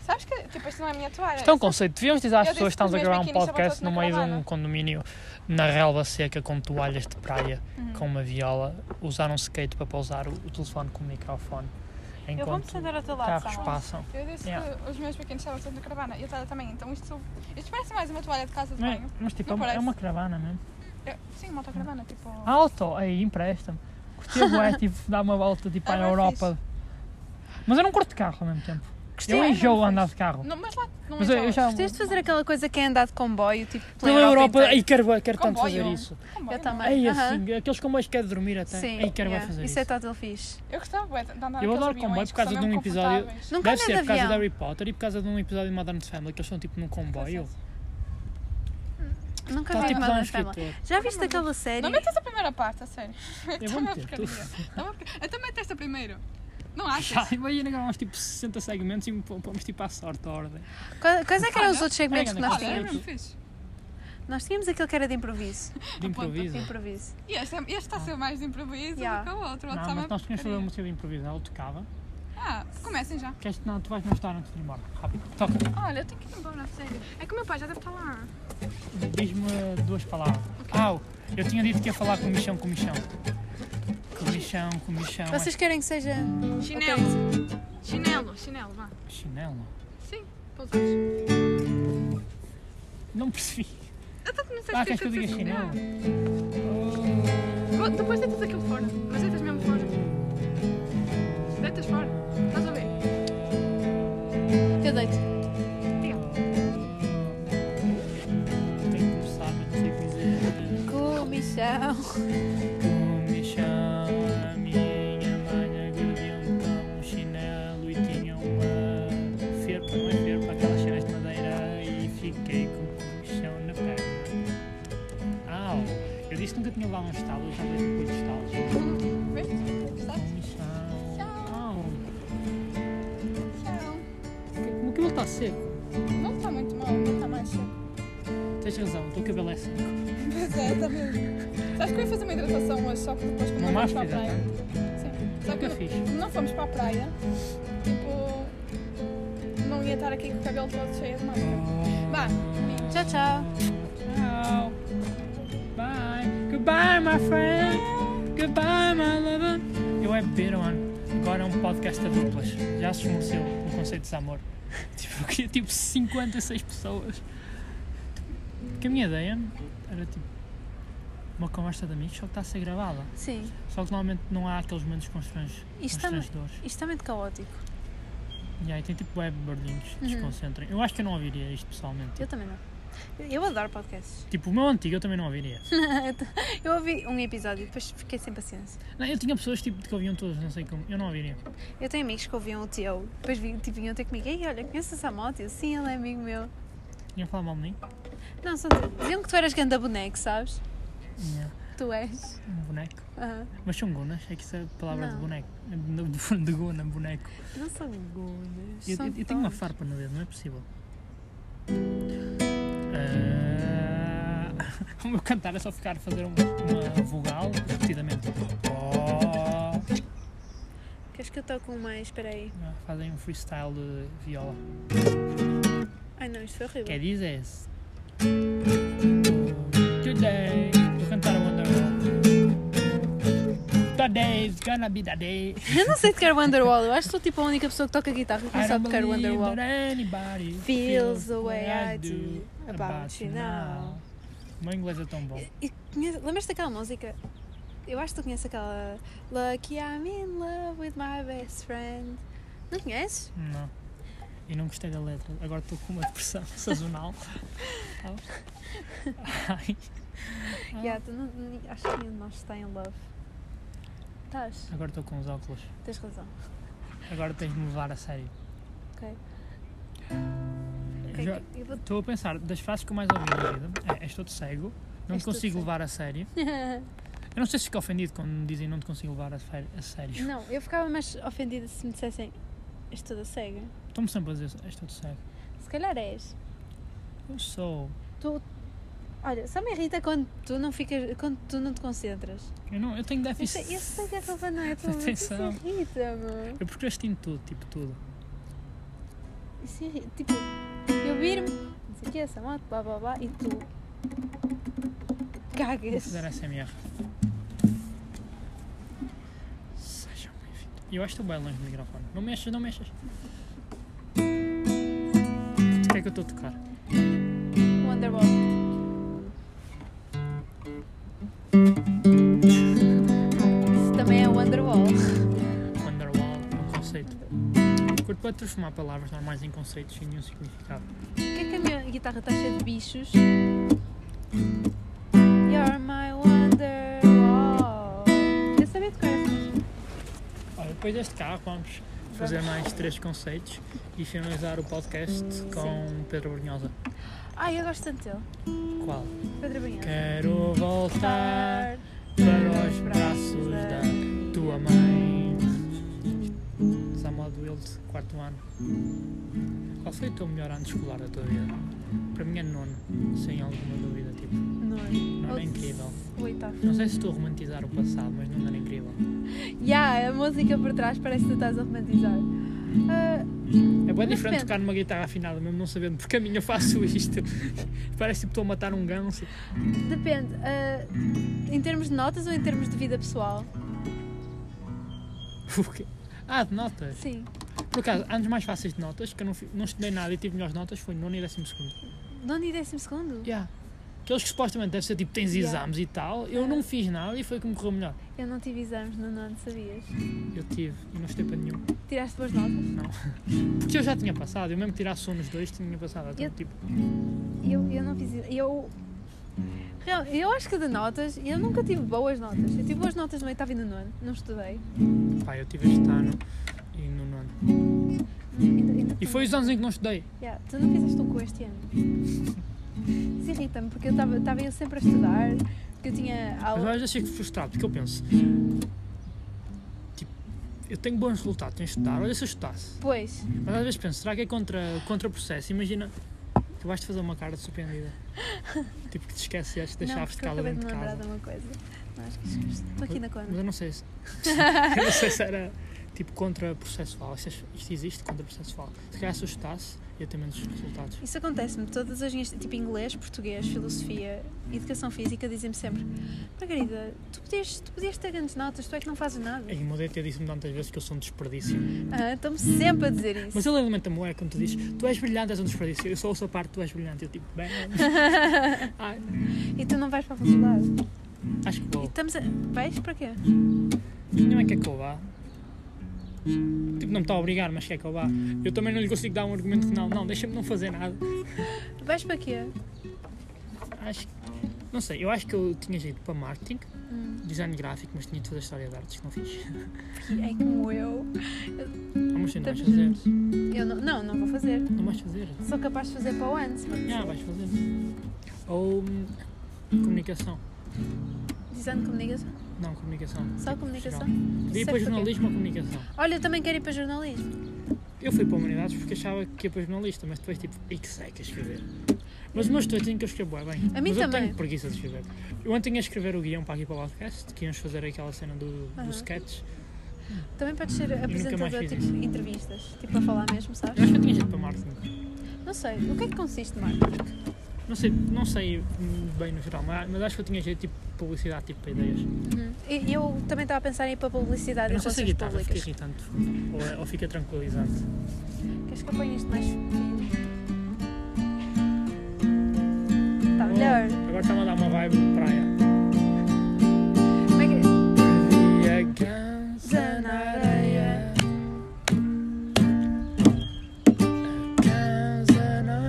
S3: Sabes que, tipo, isto não é a minha toalha.
S1: Isto é um conceito. Devíamos dizer às
S3: Eu
S1: pessoas que
S3: disse que os
S1: estamos a
S3: meus
S1: gravar um
S3: biquínis só vão
S1: podcast no
S3: todos na
S1: meio de um
S3: caravana.
S1: condomínio na relva seca com toalhas de praia, com uma viola, usar um skate para pousar o, o telefone com o microfone
S2: Eu vou-me
S1: enquanto
S2: sentar ao teu lado,
S1: carros
S2: Samuel.
S1: passam.
S3: Eu disse
S1: Yeah.
S3: que os meus pequenos estavam todos na caravana e a toalha também, então isto, isto parece mais uma toalha de casa de
S1: Mas,
S3: banho.
S1: mas, tipo,
S3: Não
S1: é uma- é
S3: parece.
S1: uma caravana mesmo.
S3: Eu- sim, uma autocaravana, tipo.
S1: Alto, aí empresta-me. Curtia é tipo dar uma volta tipo,
S3: Ah,
S1: à
S3: bem
S1: Europa. Mas eu não curto carro ao mesmo tempo.
S3: Gostei,
S2: é
S1: Eu
S3: não
S1: enjoo
S3: sei.
S1: andar de carro.
S3: Não, mas lá não é
S1: Mas eu, eu já.
S2: Gostaste de fazer aquela coisa que é andar de comboio, tipo, pela,
S1: Pela Europa,
S2: inteira?
S1: aí quero, bué- quero tanto
S3: Comboio.
S1: fazer isso.
S2: Eu também.
S1: Aí
S2: Aham.
S1: assim, aqueles comboios que quero dormir até.
S2: Sim,
S1: Aí quero bué
S2: yeah.
S1: fazer
S2: isso.
S1: isso.
S2: é total fixe.
S3: Eu gostava bué de andar
S1: Eu
S3: naqueles
S1: adoro
S3: aviões
S1: comboio por
S3: que
S1: causa
S3: são
S1: de um
S3: mesmo
S1: episódio-
S3: confortáveis.
S1: Deve
S2: Nunca andei
S1: ser
S2: de
S1: por causa de
S2: avião.
S1: Harry Potter e por causa de um episódio de Modern Family que eles são tipo num comboio.
S2: Nunca
S1: Está
S2: vi
S1: tipo
S2: uma
S1: lá um
S2: dança dela.
S1: escritor.
S2: Já viste aquela série?
S3: Não metas a primeira parte, a sério.
S1: Eu vou
S3: Uma
S1: meter
S3: porcaria.
S1: tudo.
S3: Não é uma porcaria. Então mete esta primeiro. Não achas?
S1: Já, imagina gravamos tipo 60 segmentos e pomos tipo à sorte a ordem.
S2: Qua- Quais é que eram os outros segmentos que
S1: Olha,
S2: nós
S3: Olha, é
S1: olha.
S2: tínhamos?
S3: mesmo fixe.
S2: Nós tínhamos aquele que era de improviso.
S1: De improviso.
S2: De improviso.
S3: E este, é- este está a ser mais de improviso
S2: Yeah.
S3: do que o outro. o outro está
S1: Ah. Não, mas
S3: uma
S1: nós tínhamos de fazer
S3: porcaria.
S1: uma música de improviso. Ela tocava.
S3: Ah, comecem já.
S1: Queres, não, tu vais me ajudar antes de ir embora. Rápido. Toca.
S3: Olha, eu tenho que ir embora, a sério. É que o meu pai já deve estar lá.
S1: Diz-me eh, duas palavras. Au! Eu tinha dito que ia falar com comichão, comichão. Comichão, comichão.
S2: Vocês querem que seja.
S3: Chinelo. Chinelo, chinelo, vá.
S1: É chinelo?
S3: Sim, pousados.
S1: Não percebi.
S3: Eu tanto não sei
S1: Ah,
S3: se
S1: queres que eu diga
S3: tens-
S1: chinelo? Oh.
S3: Ah, Depois deitas aquilo fora. Mas deitas mesmo fora. Deitas fora. Estás a ver?
S2: Eu deito.
S1: Tenho que começar, mas não sei o que dizer.
S2: Comichão.
S1: Como chama a minha mãe aguardeu com um chinelo e tinha uma ferpa, não é ferpa, aquelas cheiras de madeira e fiquei com o chão na perna. Au! Eu disse que nunca tinha levado um estalo. está seco.
S3: Não está muito mal, não está mais seco.
S1: Tens razão, o teu cabelo é seco.
S3: Pois é, está mesmo. Sabes que eu ia fazer uma hidratação hoje, só que depois quando
S1: Uma
S3: nós fomos
S1: máscara,
S3: para a praia. Sim. Só
S1: Nunca
S3: que
S1: fiz.
S3: quando não fomos para a praia, tipo. Não ia estar aqui com o cabelo todo cheio de máscara. Vá,
S2: Tchau, tchau.
S1: Ciao. Bye. Goodbye, my friend. Goodbye, my lover. Eu é beber, mano. Agora é um podcast a duplas. Já se esmoreceu o conceito de amor. Tipo, eu queria tipo 56 pessoas. Que a minha ideia era tipo uma conversa de amigos, só que está a ser gravada.
S2: Sim.
S1: Só que normalmente não há aqueles momentos constrange-
S2: Isto também-
S1: constrangedores.
S2: Isto está muito caótico.
S1: E aí tem tipo web barulhinhos, desconcentrem. Eu acho que eu não ouviria isto pessoalmente.
S2: Uhum. Eu também não. Eu adoro podcasts.
S1: Tipo, o meu antigo eu também não ouviria.
S2: Eu ouvi um episódio e depois fiquei sem paciência.
S1: Não, eu tinha pessoas tipo, que ouviam todas, não sei como. Eu não ouviria.
S2: Eu tenho amigos que ouviam o teu, depois vi- tipo, vinham ter comigo. Ei, olha, conheces a moto? Eu, sim, ele é amigo meu.
S1: Iam falar mal de mim?
S2: Não, só dizer- diziam que tu eras ganda boneco, sabes?
S1: Tinha
S2: Tu és.
S1: Um boneco.
S2: Aham.
S1: Mas são gunas, é que isso é a palavra de
S2: Não.
S1: boneco. De, de guna, boneco.
S2: Não são gunas.
S1: Eu,
S2: são
S1: eu- eu tenho uma
S2: tontos.
S1: farpa no dedo, não é possível. Ah, o meu cantar é só ficar a fazer um- uma vogal repetidamente. Oh.
S2: Queres que eu toque um mais? Espera aí.
S1: Ah, Fazem um freestyle de viola.
S2: Ai não, isto foi horrível.
S1: Quer dizer se Today, Oh, vou cantar a Wonderwall. Today is gonna be the day.
S2: Eu não sei tocar Wonderwall. Eu acho que sou tipo a única pessoa que toca guitarra e
S1: I
S2: começa a
S1: don't
S2: tocar
S1: believe
S2: Wonderwall.
S1: that anybody
S2: Feels the way
S1: what
S2: I do about you now.
S1: O meu inglês é tão bom.
S2: E conhece- Lembras-te daquela música? Eu acho que tu conheces aquela Lucky I'm in love with my best friend. Não conheces?
S1: Não. E não gostei da letra. Agora estou com uma depressão sazonal. Ai. Ah.
S2: Yeah, tu não- não- acho que nenhum de nós está em love. Estás?
S1: Agora estou com os óculos.
S2: Tens razão.
S1: Agora tens de me levar a sério.
S2: Ok.
S1: Eu já-
S2: Eu vou-
S1: Estou a pensar, das frases que eu mais ouvi na vida, é, és todo cego, não
S2: És
S1: te
S2: todo
S1: consigo
S2: cego.
S1: levar a sério. Eu não sei se fico ofendido quando me dizem não te consigo levar a, fe- a sério.
S2: Não, eu ficava mais ofendida se me dissessem És toda cega.
S1: Estou-me sempre a dizer, és todo cego.
S2: Se calhar és.
S1: Eu sou.
S2: Tu. Olha, só me irrita quando tu não ficas. quando tu não te concentras.
S1: Eu, não, eu tenho
S2: Isso,
S1: déficit.
S2: isso é que a culpa não é tua, mas isso
S1: Atenção.
S2: irrita-me.
S1: Eu procrastino tudo, tipo tudo.
S2: Isso irrita. Tipo, eu vir-me, não sei o que, essa moto, blá blá blá, e tu.
S1: Vou
S2: cagas.
S1: fazer SMR. Sejam bem-vindos. Eu acho que estou bem longe do microfone. Não mexas, não mexas. O que é que eu estou a tocar?
S2: Wonderwall. Isso também é Wonderwall.
S1: Wonderwall, um conceito. Curto para transformar palavras normais em conceitos sem nenhum significado.
S2: Porquê que a minha guitarra está cheia de bichos? You're my Wonderwall. Eu sabia tocar essas.
S1: Olha, depois deste carro vamos fazer mais três conceitos e finalizar o podcast com Pedro Brunhosa.
S2: Ai, eu gosto tanto dele.
S1: Qual?
S2: Pedro Brunhosa.
S1: Quero voltar para os braços da tua mãe. Samuel Wild, quarto ano. Qual foi o teu melhor ano escolar da tua vida? Para mim é nono, sem alguma dúvida. Tipo,
S2: Nono.
S1: nono é incrível.
S2: Oitavo.
S1: Não sei se estou a romantizar o passado, mas não era incrível.
S2: Yeah, a música por trás parece que tu estás a romantizar. Ah,
S1: É bem
S2: Mas
S1: diferente
S2: depende.
S1: tocar numa guitarra afinada, mesmo não sabendo porque a minha eu faço isto. Parece tipo estou a matar um ganso.
S2: depende. ah, em termos de notas ou em termos de vida pessoal?
S1: O quê? Ah, de notas.
S2: Sim.
S1: Por acaso, anos mais fáceis de notas, que eu não, fi- não estudei nada e tive melhores notas, foi nono e décimo segundo.
S2: Nono e décimo segundo?
S1: Yeah. Aqueles que supostamente deve ser tipo tens
S2: Yeah.
S1: exames e tal, eu não fiz nada e foi que me correu melhor.
S2: Eu não tive exames no nono, sabias?
S1: Eu tive e não estudei para nenhum.
S2: Tiraste boas notas?
S1: Porque eu já tinha passado, eu mesmo que tirasse um nos dois tinha passado. Então,
S2: Eu-
S1: tipo,
S2: Eu, eu não fiz. Eu. Real- Eu acho que de notas, eu nunca tive boas notas. Eu tive boas notas no oitavo e no nono, não estudei.
S1: pá, eu tive este ano e no nono.
S2: Ainda- ainda
S1: E foi os anos em que não estudei.
S2: Yeah, tu não fizeste um cu este ano. Isso irrita-me, porque eu estava eu sempre a estudar, que eu tinha
S1: Mas
S2: aula.
S1: às vezes eu fico frustrado, porque eu penso. Tipo, eu tenho bons resultados em estudar, olha se eu estudasse.
S3: Pois.
S1: Mas às vezes penso, será que é contra, contra processo? Imagina, tu vais-te fazer uma cara de surpreendida. tipo que te esqueceste das
S2: não,
S1: chaves de
S2: porque eu
S1: casa
S2: acabei de
S1: dentro
S2: me
S1: de
S2: lembrar
S1: casa.
S2: de uma coisa. Não, acho que esqueci. Estou aqui na
S1: Mas
S2: cona.
S1: eu não sei se. eu não sei se era tipo contra processual. Isto, isto existe contra processual. Se calhar se eu estudasse, ia ter menos resultados.
S2: Isso acontece-me todas as minhas, tipo inglês, português, filosofia, educação física, dizem-me sempre: Margarida, tu podias, tu podias ter grandes notas, tu é que não fazes nada.
S1: E o meu DT disse-me tantas vezes que eu sou um desperdício.
S2: Ah, Estão-me sempre a dizer isso.
S1: Mas ele alimenta-me é quando tu dizes tu és brilhante, és um desperdício. Eu só ouço a parte tu és brilhante. Eu tipo, bem. ai,
S2: E tu não vais para a faculdade.
S1: acho que
S2: E
S1: vou.
S2: estamos a. Vais para quê?
S1: Minha mãe quer que eu vá. Tipo, não me está a obrigar, mas quer que eu vá. Eu também não lhe consigo dar um argumento que não, não, deixa-me não fazer nada.
S2: Vais para quê?
S1: Acho que. Não sei, eu acho que eu tinha jeito para marketing, design gráfico, mas tinha de fazer história de artes, que não fiz.
S2: É como eu.
S1: Vamos sim, não vais
S2: Estamos
S1: fazer.
S2: juntos. Eu não, não, não vou fazer.
S1: Não vais fazer.
S2: Sou capaz de fazer para o antes.
S1: Ah, vais fazer. Ou hum, comunicação.
S2: Design de comunicação.
S1: Não, comunicação.
S2: Só
S1: Tipo,
S2: comunicação?
S1: geral. Podia ir
S2: Certo,
S1: para
S2: ok.
S1: jornalismo ou comunicação.
S2: Olha, eu também quero ir para jornalismo.
S1: Eu fui para Humanidades porque achava que ia para jornalista, mas depois tipo, e que sei que escrever. Mas o meu estudo tem que eu escrevo é bem.
S2: A mim
S1: mas eu
S2: também.
S1: tenho preguiça de escrever. Eu ontem ia escrever o guião para aqui para o podcast, que íamos fazer aquela cena do, do
S2: Aham.
S1: sketch.
S2: Também podes ser apresentador,
S1: fiz
S2: tipo,
S1: isso.
S2: entrevistas. Tipo, a falar mesmo,
S1: Eu
S2: sabes?
S1: acho que eu tinha jeito para marketing.
S2: Não sei. O que é que consiste, Marco?
S1: Não sei, não sei hum, bem no geral, mas, mas acho que eu tinha jeito tipo de publicidade, tipo para ideias.
S2: Uhum. E Eu também estava a pensar em ir para publicidade
S1: Eu
S2: e
S1: não sei se a
S2: relações
S1: guitarra fica
S2: públicas.
S1: irritante ou, é- ou fica tranquilizante.
S2: Queres que eu ponha isto mais fino? Está Tá melhor.
S1: Oh, agora está-me a dar uma vibe de praia.
S2: Como é que...
S1: Perdi a cansa na areia. A cansa na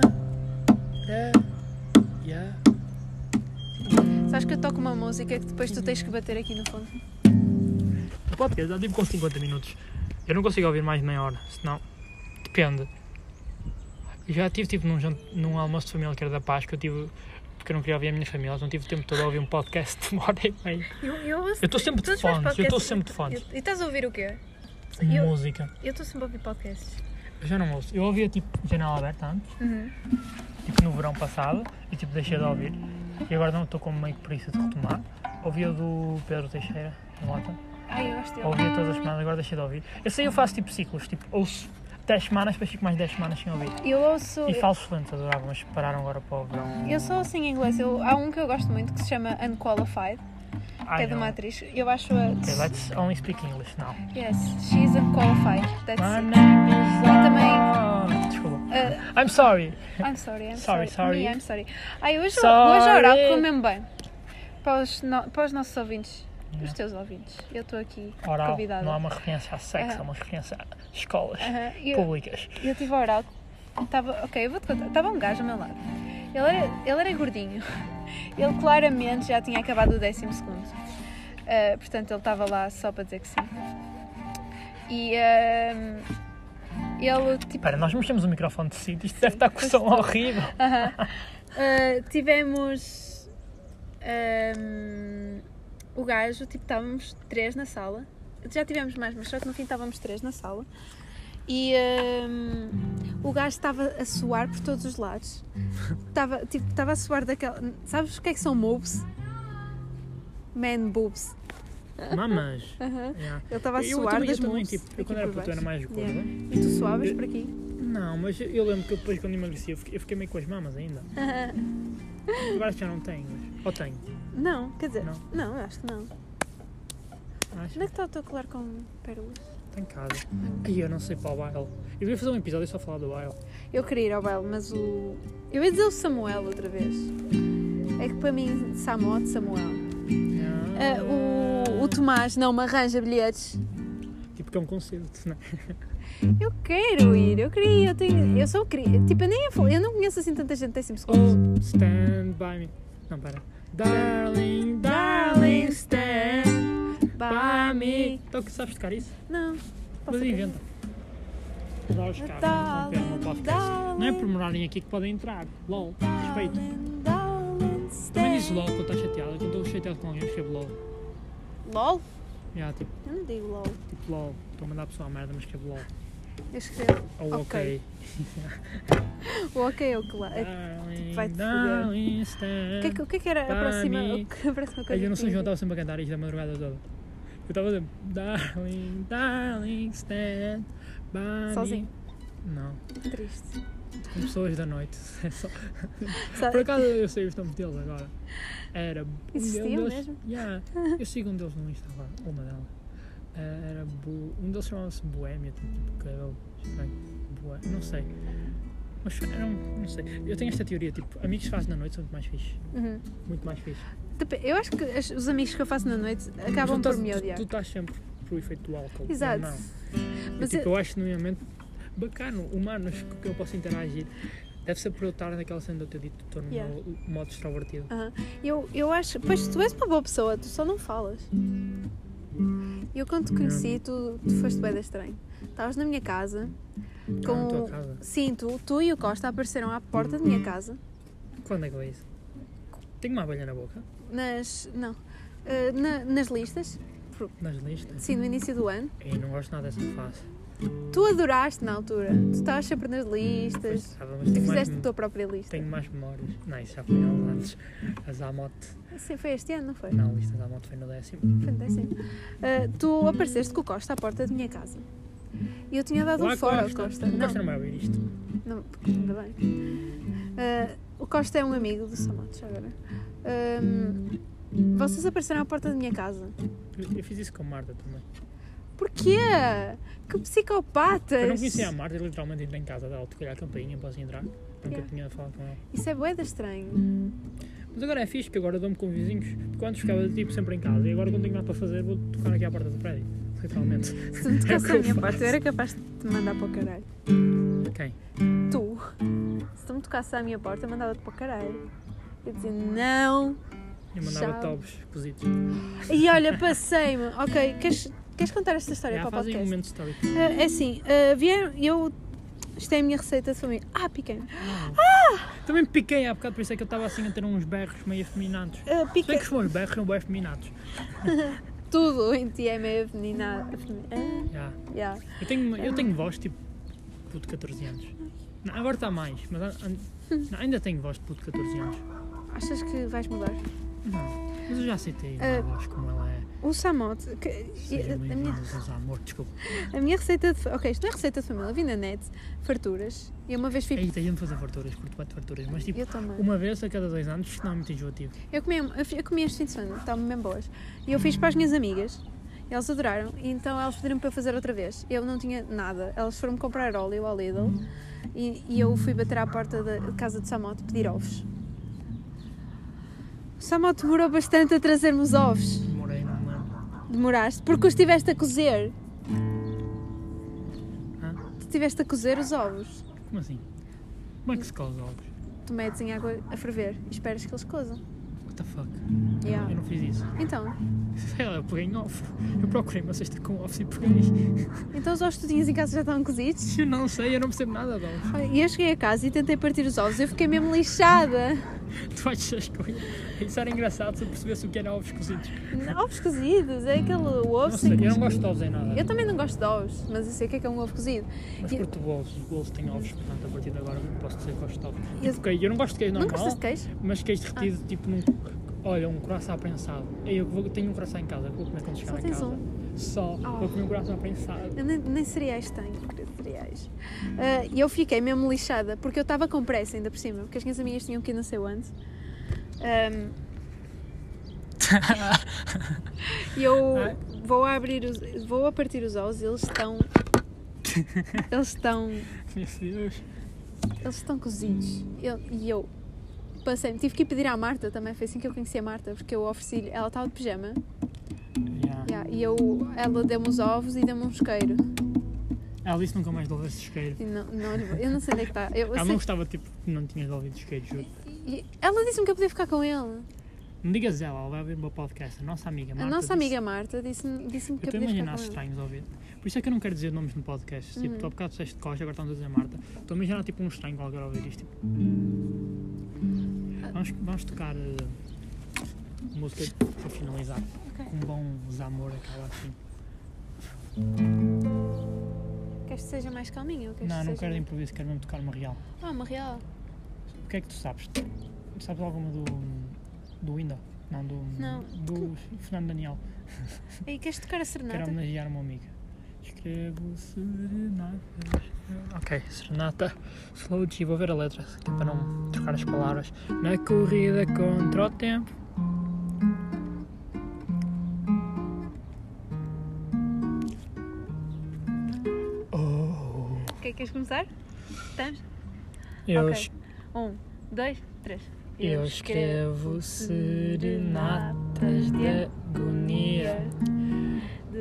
S1: areia.
S2: Sabes que eu toco uma música que depois tu tens que bater aqui no fundo?
S1: O podcast dá tipo com 50 minutos. Eu não consigo ouvir mais de meia hora, senão. Depende. Eu já tive tipo num, jant- num almoço de família que era da Páscoa, eu tive. Porque eu não queria ouvir a minha família, eles não tive tempo todo a ouvir um podcast de uma hora e meia.
S2: Eu
S1: Eu estou sempre de fones, eu estou sempre de fones.
S2: E estás a ouvir o quê? eu-
S1: Música.
S2: Eu estou sempre a ouvir podcasts.
S1: Eu já não ouço. Eu ouvia tipo janela aberta antes,
S2: Uhum.
S1: tipo no verão passado, e tipo deixei de ouvir. E agora não estou com meio que preguiça de retomar. Ouvia o do Pedro Teixeira, da Mota.
S2: Ai, eu gosto dele.
S1: Ouvia todas as semanas, agora deixei de ouvir. Eu sei, eu faço tipo ciclos, tipo ouço 10 semanas, depois fico mais 10 semanas sem ouvir.
S2: Eu ouço.
S1: E falsos lentos adorava, mas pararam agora para o verão.
S2: Eu sou assim em inglês. Eu, há um que eu gosto muito que se chama Unqualified, que
S1: I
S2: é de
S1: know.
S2: uma atriz. Eu acho a.
S1: Okay, let's only speak English now.
S2: Yes, she's unqualified. That's
S1: My
S2: it.
S1: name is
S2: também-
S1: Ana. Desculpa.
S2: Uh,
S1: I'm sorry.
S2: I'm sorry, I'm
S1: Sorry,
S2: sorry.
S1: sorry.
S2: Me, I'm sorry. Ai, hoje,
S1: Sorry.
S2: hoje é a oral ficou mesmo bem. Para os, no- para os nossos ouvintes. Os
S1: Yeah.
S2: teus ouvintes. Eu estou aqui
S1: Oral.
S2: convidada.
S1: Não há uma referência a sexo,
S2: Ah.
S1: há uma referência a escolas
S2: Aham, eu,
S1: públicas.
S2: eu tive a oral. Tava, ok, eu vou-te contar. Estava um gajo ao meu lado. Ele era, ele era gordinho. Ele claramente já tinha acabado o décimo segundo. Ah, portanto, ele estava lá só para dizer que sim. E ahm, ele, tipo,
S1: Espera, nós mexemos o microfone de sítio, isto deve estar com som horrível.
S2: Uh, tivemos um, o gajo, tipo, estávamos três na sala. Já tivemos mais, mas só que no fim estávamos três na sala. E um, o gajo estava a suar por todos os lados. Estava, tipo, estava a suar daquela. Sabes o que é que são boobs? Man boobs.
S1: Mamas.
S2: Aham.
S1: Yeah.
S2: Ele estava a
S1: é. Eu
S2: suar
S1: também
S2: das
S1: ia muito,
S2: boobs.
S1: tipo, eu
S2: aqui
S1: quando era
S2: por
S1: puto era
S2: baixo.
S1: mais né? gorda.
S2: Yeah. E tu suavas por aqui?
S1: Não, mas eu lembro que depois quando emagreci eu fiquei, eu fiquei meio com as mamas ainda. Agora já não tenho, mas. Ou tenho.
S2: Não, quer dizer,
S1: Não.
S2: não, acho que não. Onde
S1: Acho
S2: é que está o teu colar com pérolas?
S1: tenho casa. Ai, eu não sei para o baile. Eu devia fazer um episódio só falar do baile.
S2: Eu queria ir ao baile, mas o. Eu ia dizer o Samuel outra vez. É que para mim, Samote, Samuel. Ah, o, o Tomás não me arranja bilhetes.
S1: Tipo que é um concerto, né?
S2: Eu quero ir, eu queria, ir, eu tenho. Eu só queria. Tipo, eu nem ia fal- Eu não conheço assim tanta gente décimo segundo.
S1: Oh, stand by me. Não, para. Darling, darling, stand by me. Então que sabes tocar isso?
S2: Não.
S1: Mas
S2: Posso
S1: inventa. Dá os carros, vão ter no podcast. Não
S2: um
S1: é por morarem aqui que podem entrar. LOL, respeito.
S2: Darling, darling,
S1: Também
S2: stay.
S1: diz LOL quando estás chateado. Quando estou chateado com alguém, eu escrevo LOL.
S2: LOL?
S1: Yeah, tipo,
S2: Eu não digo LOL.
S1: tipo LOL. Para mandar a pessoa a merda, mas escrevo LOL.
S2: Eu escrevo.
S1: Ou ok.
S2: Ok. O ok é o que lá. é-
S1: um
S2: vai-te
S1: Down
S2: foder.
S1: in
S2: O que, é que- o que é que era a próxima,
S1: Bunny.
S2: a próxima coisa?
S1: Aí eu não sei
S2: que
S1: se eu
S2: eu
S1: estava sempre a cantar isto da madrugada toda. Eu estava sempre. um Darling, darling, stand by me."
S2: Sozinho.
S1: Não,
S2: dizia? Triste.
S1: com pessoas da noite. É só- Por
S2: Sabe?
S1: acaso eu sei os nomes deles agora. Era. um
S2: Existiam
S1: deles-
S2: mesmo?
S1: Yeah, eu sigo um deles no Insta agora, uma delas. Eh, Era. Bo- Um deles chamava-se Boêmia, tinha tipo cabelo estranho. Boé... Não sei. Mas era um. Não sei. Eu tenho esta teoria, tipo, amigos que se fazem na noite são muito mais fixe.
S2: Uhum.
S1: Muito mais fixe.
S2: Depe- Eu acho que as- os amigos que eu faço na noite
S1: Mas
S2: acabam
S1: tu
S2: por
S1: estás-
S2: me
S1: Hum, tu-
S2: odiar.
S1: Tu estás sempre pro efeito do álcool. eu
S2: Exato.
S1: Não. Eu,
S2: Mas
S1: tipo,
S2: eu-
S1: eu acho minimamente bacano, humanos, com que eu posso interagir. Deve ser por eu estar naquela cena do teu dito, estou no
S2: Yeah.
S1: meu modo extrovertido.
S2: Aham. Eu, eu acho. Pois tu és uma boa pessoa, tu só não falas. Eu quando te
S1: Hum.
S2: conheci, tu, tu foste bem estranho. Estavas na minha casa.
S1: Estou Ah, na
S2: Com...
S1: tua casa.
S2: Sim, tu, tu e o Costa apareceram à porta da minha casa.
S1: Quando é que foi isso? Tenho uma abelha na boca,
S2: Nas. Não. Eh, na- nas listas.
S1: nas listas.
S2: Sim, no início do ano.
S1: E não gosto nada dessa fase.
S2: Tu adoraste na altura. Tu estavas sempre nas
S1: Pois
S2: listas.
S1: estava, mas
S2: Tu
S1: tenho mais,
S2: fizeste a tua própria lista.
S1: tenho mais memórias. Não, isso já foi há uns anos. As Amote.
S2: Sim, foi este ano, não foi?
S1: Não, a lista da Amote foi no décimo.
S2: Foi no décimo. Eh, é tu apareceste com o Costa à porta da minha casa. E eu tinha dado
S1: Olá,
S2: um fora ao
S1: Costa.
S2: Costa.
S1: Não
S2: Não,
S1: gosto de não ouvir isto.
S2: Não, ainda bem. Ah, o Costa é um amigo do Samatos agora. Ahm, vocês apareceram à porta da minha casa.
S1: Eu- Eu fiz isso com a Marta também.
S2: Porquê? Que psicopatas!
S1: Eu não conhecia a Marta, eu literalmente entrei em casa dela, toquei a campainha, posso entrar. Nunca
S2: Yeah.
S1: tinha falado com ela.
S2: Isso é boeda estranho.
S1: Mas agora é fixe, porque agora eu dou-me com vizinhos. Porque antes ficava tipo, sempre em casa e agora quando tenho nada para fazer vou tocar aqui à porta do prédio. Literalmente.
S2: Se tu me tocasse a minha porta, eu era capaz de te mandar para o caralho.
S1: Quem?
S2: Tu? Se tu me tocasse à minha porta, eu mandava-te para o caralho. Eu dizia não.
S1: Eu mandava
S2: Tchau.
S1: tobos cozidos.
S2: E olha, passei-me. Ok, queres, queres contar esta história
S1: Já
S2: para o
S1: fazem um
S2: podcast?
S1: momento histórico.
S2: Ah, é assim, ah, vieram. Eu. Isto é a minha receita de família. Ah, piquei.
S1: Também me piquei há bocado, por isso é que eu estava assim a ter uns berros meio afeminados.
S2: Ah,
S1: Se bem
S2: piquei.
S1: que os meus berros são bem afeminados.
S2: tudo em ti é meio afeminado.
S1: Já.
S2: Yeah.
S1: Eu, tenho, eu tenho voz tipo puto de 14 anos. Não, agora está mais, mas an- an- não, ainda tenho voz de puto de 14 anos.
S2: Achas que vais mudar?
S1: Não, mas eu já aceitei a minha
S2: Ah.
S1: voz como ela é.
S2: O samote. que- eh,
S1: Sejam
S2: a, minha,
S1: bem-vindos aos amor, desculpa.
S2: a minha receita de. fa- Ok, isto não é receita de família. Eu vim na net, farturas. E uma vez fui.
S1: Aí tem de fazer farturas, curto bate farturas, mas tipo,
S2: Eu também.
S1: uma vez a cada dois anos, isto não é muito enjoativo.
S2: Eu comi, eu fi- eu comi este fim de semana, estavam bem boas. E eu fiz para as minhas amigas. e Elas adoraram, e então elas pediram para eu fazer outra vez. Eu não tinha nada. Elas foram comprar óleo ao Lidl e, e eu fui bater à porta da casa do Samote pedir ovos. O Samote demorou bastante a trazer-me os ovos.
S1: Demorei, um não me lembro.
S2: Demoraste porque os estiveste a cozer.
S1: Hã?
S2: Tu estiveste a cozer os ovos.
S1: Como assim? Como é que se causa ovos?
S2: Tu metes em água a ferver e esperas que eles cozam.
S1: What the fuck?
S2: Yeah.
S1: Eu não fiz isso.
S2: Então,
S1: Sei lá, eu peguei em ovo. Eu procurei uma cesta com ovos e peguei.
S2: então os ovos que tu tinhas em casa já estavam cozidos?
S1: Eu não sei, eu não percebo nada de ovos.
S2: Ai, E eu cheguei a casa e tentei partir os ovos. Eu fiquei mesmo lixada.
S1: Tu achas que eu ia- isso era engraçado se eu percebesse o que era ovos cozidos?
S2: Ovos cozidos, é aquele ovo
S1: Não sei,
S2: sem
S1: eu não
S2: cozimento.
S1: gosto de ovos em nada.
S2: Eu também não gosto de ovos, mas eu sei o que é que é um ovo cozido.
S1: Mas
S2: eu-
S1: curto ovos, os ovos têm ovos, portanto a partir de agora eu posso dizer que gosto de ovos.
S2: Eu-
S1: Tipo queijo, eu não gosto de queijo
S2: Não é
S1: normal.
S2: gostas de queijo?
S1: Mas queijo
S2: Ah.
S1: derretido, tipo num. Olha, um coração prensado. Eu que vou- tenho um coração em casa, que vou comer quando chegar
S2: Só
S1: a
S2: tens
S1: casa. Só
S2: Oh.
S1: vou comer um coração prensado.
S2: Eu nem, nem cereais tenho, querido, cereais. Ah, E eu fiquei mesmo lixada, porque eu estava com pressa ainda por cima, porque as minhas amigas tinham que ir não sei onde. Ahm, E eu
S1: Ah.
S2: vou a abrir os, vou a partir os ovos e eles estão. Eles estão.
S1: Meu Deus.
S2: Eles estão cozidos. Eu- e eu passei, tive que ir pedir à Marta também, foi assim que eu conheci a Marta, porque eu ofereci-lhe, ela estava de pijama,
S1: Yeah.
S2: yeah, e eu, ela deu-me os ovos e deu-me um isqueiro.
S1: Ela disse nunca mais de ouvir isqueiro.
S2: E não, não lhe vou- eu não sei onde é que está. Eu, eu
S1: Ela
S2: sei-
S1: não gostava, tipo, que não tinha de ouvir isqueiro, juro.
S2: e ela disse-me que eu podia ficar com ele.
S1: Não digas ela, ela vai ouvir o meu podcast. A nossa amiga
S2: a
S1: Marta.
S2: nossa
S1: disse-
S2: amiga Marta disse-me disse
S1: Eu
S2: que
S1: estou
S2: eu
S1: a
S2: podia
S1: imaginar
S2: ficar com ele. Hum.
S1: estranhos a ouvir. Por isso é que eu não quero dizer nomes no podcast. Tipo, tu há bocado disseste Costa, agora estamos a dizer Marta. Estou a imaginar, tipo, um estranho qualquer a ouvir isto. Tipo...
S2: Ah.
S1: Vamos, vamos tocar eh, música para finalizar. Com um bom amor, aquela assim.
S2: queres que seja mais calminha? Ou queres
S1: Não,
S2: que
S1: não
S2: seja... um?
S1: quero de improviso, quero mesmo tocar uma real.
S2: Ah, uma real.
S1: O que é que tu sabes? Sabes alguma do. do Winda? Não, do.
S2: Não.
S1: Do Fernando Daniel.
S2: E queres tocar a serenata?
S1: Quero homenagear uma amiga. Escrevo serenatas. Ok, serenata. Slow G, vou ver a letra, que é para não trocar as palavras. Na corrida contra o tempo. Oh,
S5: Ok, queres começar? Estamos?
S1: eu
S5: Ok.
S1: es-
S5: Um, dois, três.
S1: Eu escrevo serenatas de agonia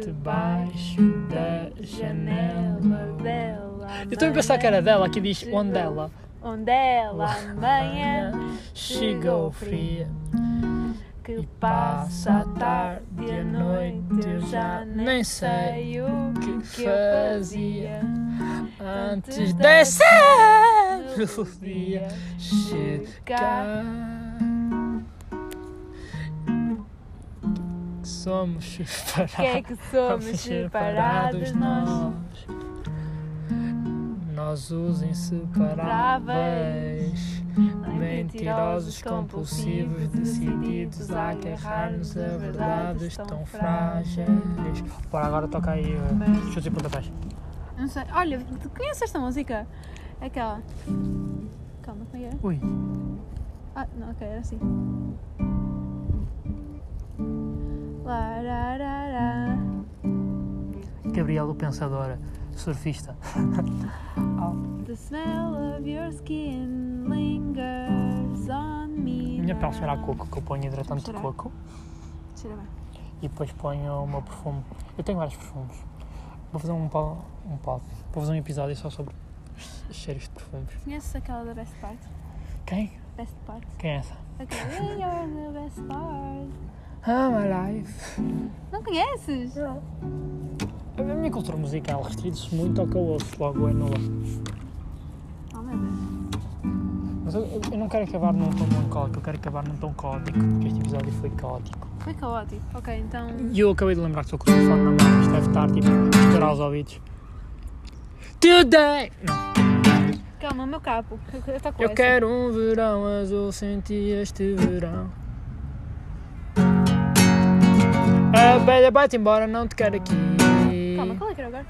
S1: debaixo da janela.
S5: dela.
S1: Eu estou a pensar que era dela que diz onde ela
S5: Onde ela amanhã
S1: chegou fria
S5: que
S1: e passa a tarde e a noite. Eu já nem sei
S5: o
S1: o que
S5: que eu fazia
S1: fazia antes dessa melodia chegar. Somos separados.
S5: Que é que somos separados nós?
S1: Nós os inseparáveis, mentirosos compulsivos, decididos a agarrar-nos a verdades tão frágeis. Bora, agora toca aí
S5: Mas-
S1: uh, chutes e pontapés.
S2: Não sei. Olha, tu conheces esta música? Aquela. Calma, como é que era?
S1: Ui,
S2: Ah, não, ok, era assim. Lá, ra, ra, ra.
S1: Gabriel, o pensadora, surfista.
S2: The smell of your skin lingers on me.
S1: Minha pele
S2: now.
S1: cheira a coco, que eu ponho hidratante de
S2: Será?
S1: coco
S2: Cheira bem.
S1: e depois ponho o meu perfume. Eu tenho vários perfumes. Vou fazer um pod, um pod. Vou fazer um episódio só sobre cheiros de perfumes.
S2: Conheces aquela da Best Part?
S1: Quem?
S2: Best Part.
S1: Quem é essa?
S2: Aquela. You're the best part.
S1: Ah, my life.
S2: Não conheces?
S1: Não. A minha cultura musical restringe-se muito ao que eu ouço, logo é nula.
S2: Oh, meu Deus.
S1: Mas eu, eu- eu não quero acabar num tom melancólico, eu quero acabar num tom caótico, porque este episódio foi caótico.
S2: Foi caótico. Ok, então.
S1: E eu acabei de lembrar que estou com o telefone na mão, isto deve estar tipo a estourar os ouvidos. Today! Não.
S2: Calma, o meu capo. Eu tô com
S1: Eu
S2: essa.
S1: quero um verão azul, senti este verão. A abelha vai-te embora, não te quero aqui.
S2: Calma, qual é que era agora?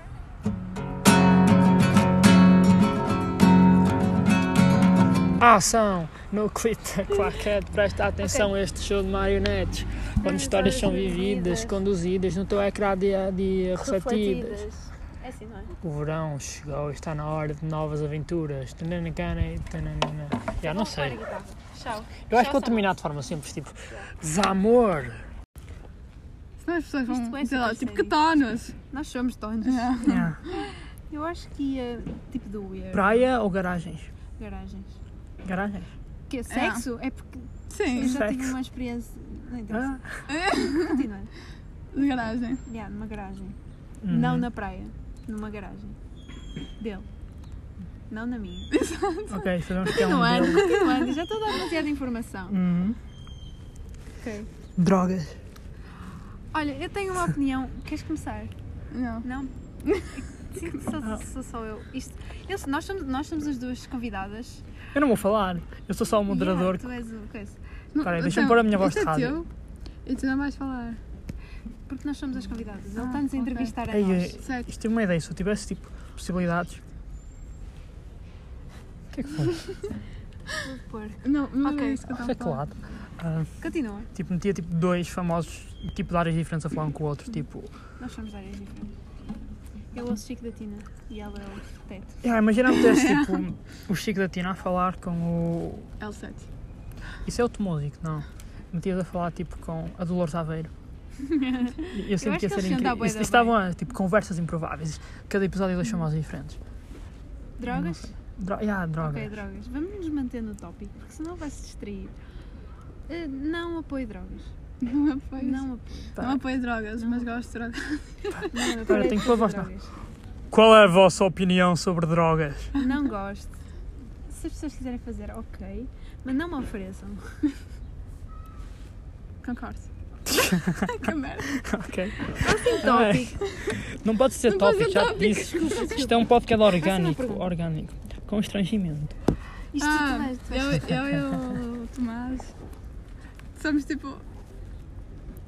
S1: Ação! No clipe da claquete, presta atenção a este show de marionetes. Onde histórias são vividas, conduzidas no teu ecrã dia a dia, refletidas.
S2: É assim, não é?
S1: O verão chegou, está na hora de novas aventuras. Tananacana e tananana. Já não sei.
S2: Tchau.
S1: Eu acho que vou terminar de forma simples, tipo... Zamor!
S3: Senão as pessoas
S2: Isto
S3: vão
S2: vai ser
S3: dizer lá,
S2: parecido.
S3: tipo, que tonos. Nós somos tonos.
S2: É. Eu acho que ia tipo do weird.
S1: Praia ou garagens?
S2: Garagens.
S1: Garagens?
S2: Que é sexo? É, porque eu
S3: Sim.
S2: já tive
S1: Sexo.
S2: uma experiência. Não interessa.
S1: Ah.
S2: Continua.
S3: De garagem.
S2: Yeah, numa garagem.
S1: Uhum.
S2: Não na praia. Numa garagem. Dele. Não na minha.
S1: Ok, sabemos que é um
S2: Não ando,
S1: modelo.
S2: não ando. Já estou a dar demasiada informação.
S1: Uhum.
S2: Ok.
S1: Drogas.
S2: Olha, eu tenho uma opinião. Queres começar?
S3: Não.
S2: Não? Sim, sou, sou só eu. Isto, eu sou- nós, somos, nós somos as duas convidadas.
S1: Eu não vou falar. Eu sou só o moderador.
S2: Yeah, tu és o coisa.
S1: Espera aí,
S3: Não,
S1: deixa-me
S3: então,
S1: pôr a minha voz
S3: isto
S1: de
S3: é
S1: rádio.
S3: teu E tu não vais falar.
S2: Porque nós somos as convidadas. Ele
S3: Ah,
S2: está-nos a
S3: ok.
S2: entrevistar
S1: Ei,
S2: a nós.
S1: ei,
S3: Certo.
S1: isto é uma ideia. Se eu tivesse, tipo, possibilidades... O que é que foi?
S2: Por-
S3: Não, não
S2: Ok.
S3: é isso que eu estava a falar.
S1: Chocolate. Ah,
S2: Continua.
S1: tipo, metia, tipo, dois famosos, tipo, de áreas diferentes a falar um com o outro. Tipo...
S2: Nós somos de áreas diferentes. Eu ouço Chico da Tina e ela é o teto.
S1: Yeah, Ah, imagina meter tipo, o Chico da Tina a falar com o...
S3: L7.
S1: Isso é outro músico, não. Metias a falar tipo com a Dolores Aveiro. E Eu
S2: acho
S1: sempre
S2: que
S1: ia ser
S2: eles se andam
S1: incrível.
S2: bué
S1: Isto- isto
S2: da
S1: Estavam a, tipo conversas improváveis. Cada episódio deixam mais diferentes.
S2: Drogas?
S1: Dro yeah, droga.
S2: Ok, drogas. Vamos nos manter no tópico, porque senão vai se distrair. Eh, não apoio drogas.
S3: Não apoio. Não,
S2: Não apoio.
S3: não apoio drogas, mas gosto de drogas.
S2: Não
S1: Agora
S2: apoio
S1: tenho que pôr a voz, não.
S2: drogas.
S1: Qual é a vossa opinião sobre drogas?
S2: Não gosto. Se as pessoas quiserem fazer, ok. Mas não me ofereçam.
S3: Concordo. que merda.
S1: Ok.
S2: Tópico.
S1: Não pode ser
S3: Não pode
S1: tópico,
S3: ser
S1: já te
S3: tópico.
S1: disse. Isto é um podcast orgânico.
S2: pergunta.
S1: Orgânico. Constrangimento.
S2: Isto
S3: Ah,
S2: também- também-
S3: eu, eu e o Tomás somos tipo.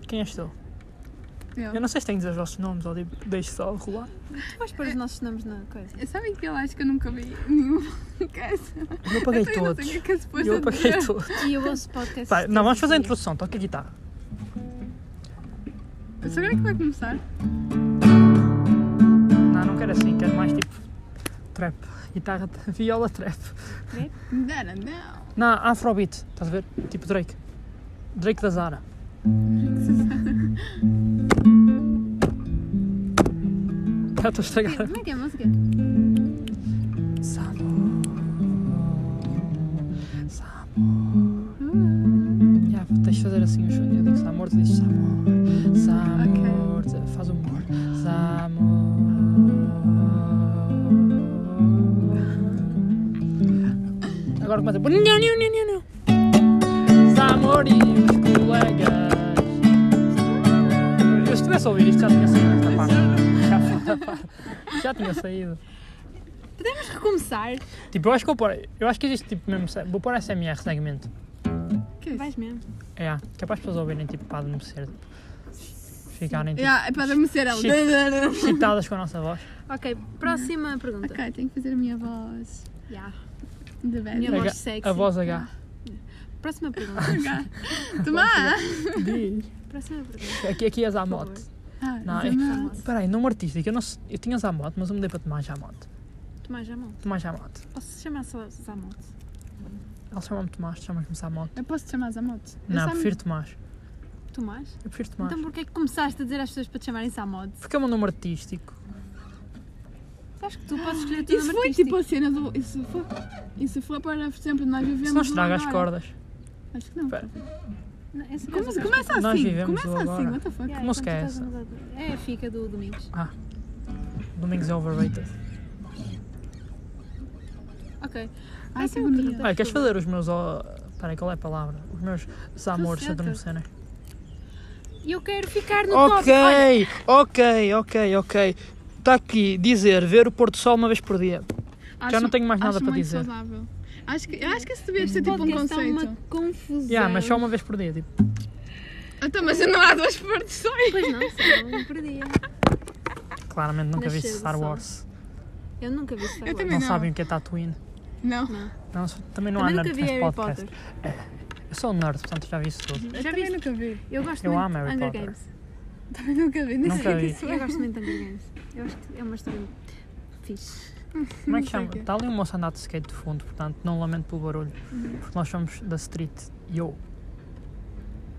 S1: Quem és tu?
S3: Eu.
S1: Eu não sei se tenho de dizer os vossos nomes ou tipo, deixo só rolar.
S2: Tu vais pôr os nossos nomes na coisa.
S3: Sabem que eu acho que eu nunca vi nenhum podcast?
S1: Eu apaguei
S3: Eu não sei o que
S1: todos.
S3: é que é suposto
S1: Eu apaguei
S3: dizer.
S1: todos.
S2: E eu ouço podcast.
S1: Vai, não, vamos fazer a introdução. Toca a guitarra.
S3: Mas agora é que vai começar?
S1: Não, não quero assim. Quero mais tipo trap. Guitarra, viola, trap.
S3: Não, não.
S1: Não, afrobeat. Estás a ver? Tipo Drake. Drake da Zara. Já estou estragada.
S2: Como é que é a música?
S1: Samo. Samo. Já, tens de fazer assim o chão. Eu digo Samor, tu dizes Samor. Samor. Faz um o humor. Samor. Agora começa. Não, não, não, não, não. Samor e os colegas. Eu se tivesse a ouvir isto, já tinha saído esta parte. Já, foi- já tinha saído.
S2: Vamos recomeçar.
S1: Tipo, eu acho que vou pôr. Eu acho que existe tipo mesmo. se- Vou pôr SMR segmento.
S3: Que é isso?
S2: Vais mesmo.
S1: É, que é para as pessoas ouvirem tipo para adormecer. Tipo, ficarem tipo,
S3: Yeah, é para adormecer ela.
S1: Shit. excitadas com a nossa voz.
S2: Ok, próxima pergunta.
S3: ok, tenho Ah, que fazer a minha voz.
S2: Yeah.
S3: De
S2: Minha
S3: velho.
S1: H-
S2: voz sexy.
S1: A voz H.
S2: Próxima pergunta.
S3: Tomás!
S2: Próxima pergunta.
S1: Aqui, aqui é Zamote.
S3: Ah,
S1: Não, é-
S3: Tomás.
S1: Espera aí, nome artístico. Eu, não, se- eu tinha Zamote, mas eu mudei para Tomás Zamote.
S2: Tomás Jamão.
S1: Tomás Zamote.
S2: Posso se chamar só Zamon?
S1: Ela chama-me Tomás, chamas-me Zamote.
S3: Eu posso te chamar Zamote?
S1: Não, eu
S3: eu
S1: prefiro Tomás.
S2: Tomás?
S1: Eu prefiro Tomás.
S2: Então porquê é que começaste a dizer às pessoas para te chamarem Samod?
S1: Porque é um nome artístico.
S2: Sabes que tu podes escolher o teu
S3: Isso
S2: nome
S3: foi
S2: artístico.
S3: tipo a cena do. Isso foi. Isso foi para, por exemplo, nós vivemos.
S1: Se não
S3: o
S1: estraga as
S2: é.
S3: agora.
S1: cordas.
S3: Acho que não.
S1: Espera.
S2: Não, essa
S3: Como-
S2: coisa-
S3: começa assim,
S1: Nós vivemos o
S3: começa assim,
S1: agora.
S3: what the fuck?
S2: Yeah,
S1: que música é
S2: quando tu estás a- É a fica do Domingos.
S1: Domingos é overrated.
S2: Ok.
S3: Ai, que
S2: Próxima
S3: agonia.
S2: pergunta.
S1: Olha, queres fazer os meus. Oh, espera aí, qual é a palavra? Os meus Zamores
S2: certa.
S1: adormecerem.
S2: Eu quero ficar no top.
S1: Ok,
S2: Olha,
S1: ok, ok, ok. Está aqui dizer ver o pôr do sol uma vez por dia.
S3: Acho-
S1: não tenho mais nada
S3: acho
S1: para
S3: muito
S1: dizer.
S3: Saudável. Acho que, eu acho que isso devia ser
S2: este
S3: tipo um
S2: podcast
S3: conceito.
S2: está é uma confusão.
S1: Yeah, mas só uma vez por dia. Tipo.
S3: Então, mas não há duas produções.
S2: Pois não, só um por dia.
S1: Claramente nunca
S2: Nascer
S1: viste
S2: do
S1: Star
S2: sol.
S1: Wars.
S2: Eu nunca vi Star
S3: Eu
S2: Wars.
S3: também
S1: Não,
S3: não.
S1: sabem o que é Tatooine.
S3: Não.
S1: Não, sou- também não
S2: Também
S1: há
S2: nunca
S1: nerd
S2: vi
S1: neste
S2: Harry
S1: podcast.
S2: Potter.
S1: Eu sou um nerd, portanto já vi isso tudo.
S3: Eu
S2: Já
S3: também
S2: viste?
S3: nunca vi.
S2: Eu gosto
S1: Eu
S2: muito
S1: amo
S2: de
S1: Harry
S2: Hunger
S1: Potter.
S2: Games.
S3: Também nunca vi. Nem
S1: Nunca
S3: sei o que
S1: vi.
S3: isso
S2: Eu
S3: é.
S2: gosto muito de Hunger Games. Eu acho que é uma história fixe.
S1: Como é que
S3: Não sei
S1: chama?
S3: o quê.
S1: Está ali um moço a andar de skate de fundo, portanto não lamento pelo barulho. Porque nós somos da street. E eu,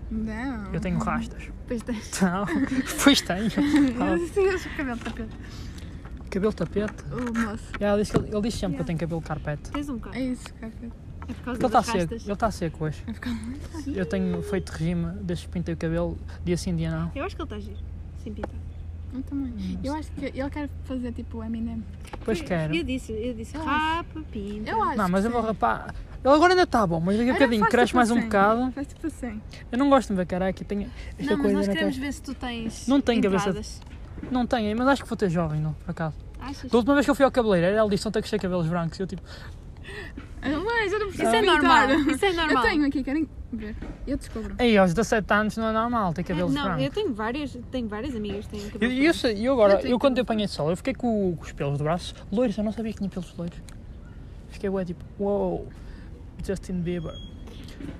S3: Não.
S1: eu tenho rastas.
S2: Depois tens.
S1: Não, pois tenho. Ah,
S3: Sim, eu sou cabelo tapete.
S1: cabelo tapete.
S3: O moço.
S1: Yeah, ele, diz que, ele diz sempre que eu tenho cabelo carpete.
S2: Tens um bocado.
S3: É isso, capeta.
S2: É por
S1: Ele
S2: causa
S1: tá está
S2: das
S1: seco,
S2: rastas.
S1: ele está seco hoje. Eu tenho feito regime desde que pintei o cabelo, dia sim, dia não.
S2: Eu acho que ele está giro. Sem pinta.
S3: Eu também. Eu acho que ele quer fazer tipo o Eminem.
S1: Pois quero.
S2: Eu disse, eu disse
S3: Eu
S2: rapa, pinta.
S3: Eu acho.
S1: Não, mas
S3: que
S1: eu vou
S3: sim.
S1: rapar. Ele agora ainda está bom, mas daqui a
S3: Olha,
S1: bocadinho
S3: faz
S1: cresce
S3: tipo
S1: mais um
S3: assim.
S1: bocado.
S3: Faz tipo assim.
S1: Eu não gosto de me ver careca e tenho esta
S2: Não, mas
S1: coisa
S2: nós
S1: na
S2: queremos
S1: testa.
S2: ver se tu tens.
S1: Não tenho cabeça de-
S2: entradas.
S1: Não tenho, mas acho que vou ter jovem, não, por acaso.
S2: Achas?
S1: Da última vez que eu fui ao cabeleireiro, ele disse: não tem que ter cabelos brancos. Eu tipo,
S3: Ah, Mas eu não
S2: Isso
S3: preciso.
S2: é
S3: pintar.
S2: normal. Isso é normal.
S3: Eu tenho aqui, querem ver? Eu descubro.
S1: ei, aos 17 anos não é normal ter cabelos
S2: Não,
S1: brancos.
S2: eu tenho várias, tenho várias amigas que têm
S1: Eu,
S2: cabelos.
S1: eu, sei- eu agora,
S3: Eu
S1: eu,
S3: tenho
S1: quando eu apanhei sol, eu fiquei com, com os pelos do braço loiros, eu não sabia que tinha pelos loiros. Fiquei ué, tipo, uou, Justin Bieber.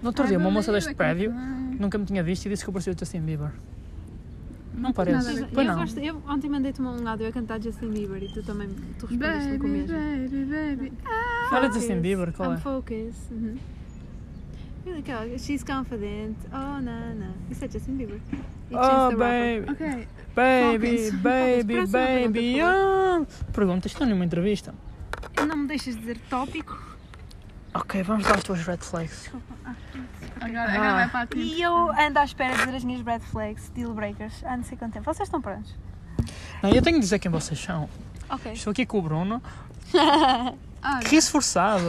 S1: No outro dia, uma moça deste prédio nunca me tinha visto e disse que eu parecia o Justin Bieber. Não
S3: nada a
S1: parece.
S3: ver.
S1: Pois
S2: eu
S1: não.
S2: gosto, eu ontem mandei-te um áudio a cantar Justin Bieber e tu também tu respondeste com o
S3: Baby,
S2: mesmo.
S3: baby, baby.
S1: Era Justin Bieber, qual é?
S2: I'm focused. Uhum. E aquela, She's confident. Oh, na, na. Isso é Justin Bieber. E
S1: Oh,
S2: Chance the Rapper.
S1: baby,
S3: Ok.
S1: baby,
S3: Focus.
S1: baby,
S2: Focus. Próxima
S1: baby. oh. Pergunta, isto não é nenhuma entrevista.
S2: Não me deixas dizer tópico.
S1: Ok, vamos dar as tuas red flags.
S3: Agora, é agora vai para a tia.
S2: E eu ando à espera de dizer as minhas red flags, deal breakers, há não sei quanto tempo. Vocês estão prontos?
S1: Não, eu tenho de dizer quem vocês são.
S2: Ok.
S1: Estou aqui com o Bruno.
S3: Ah,
S1: Que riso forçado.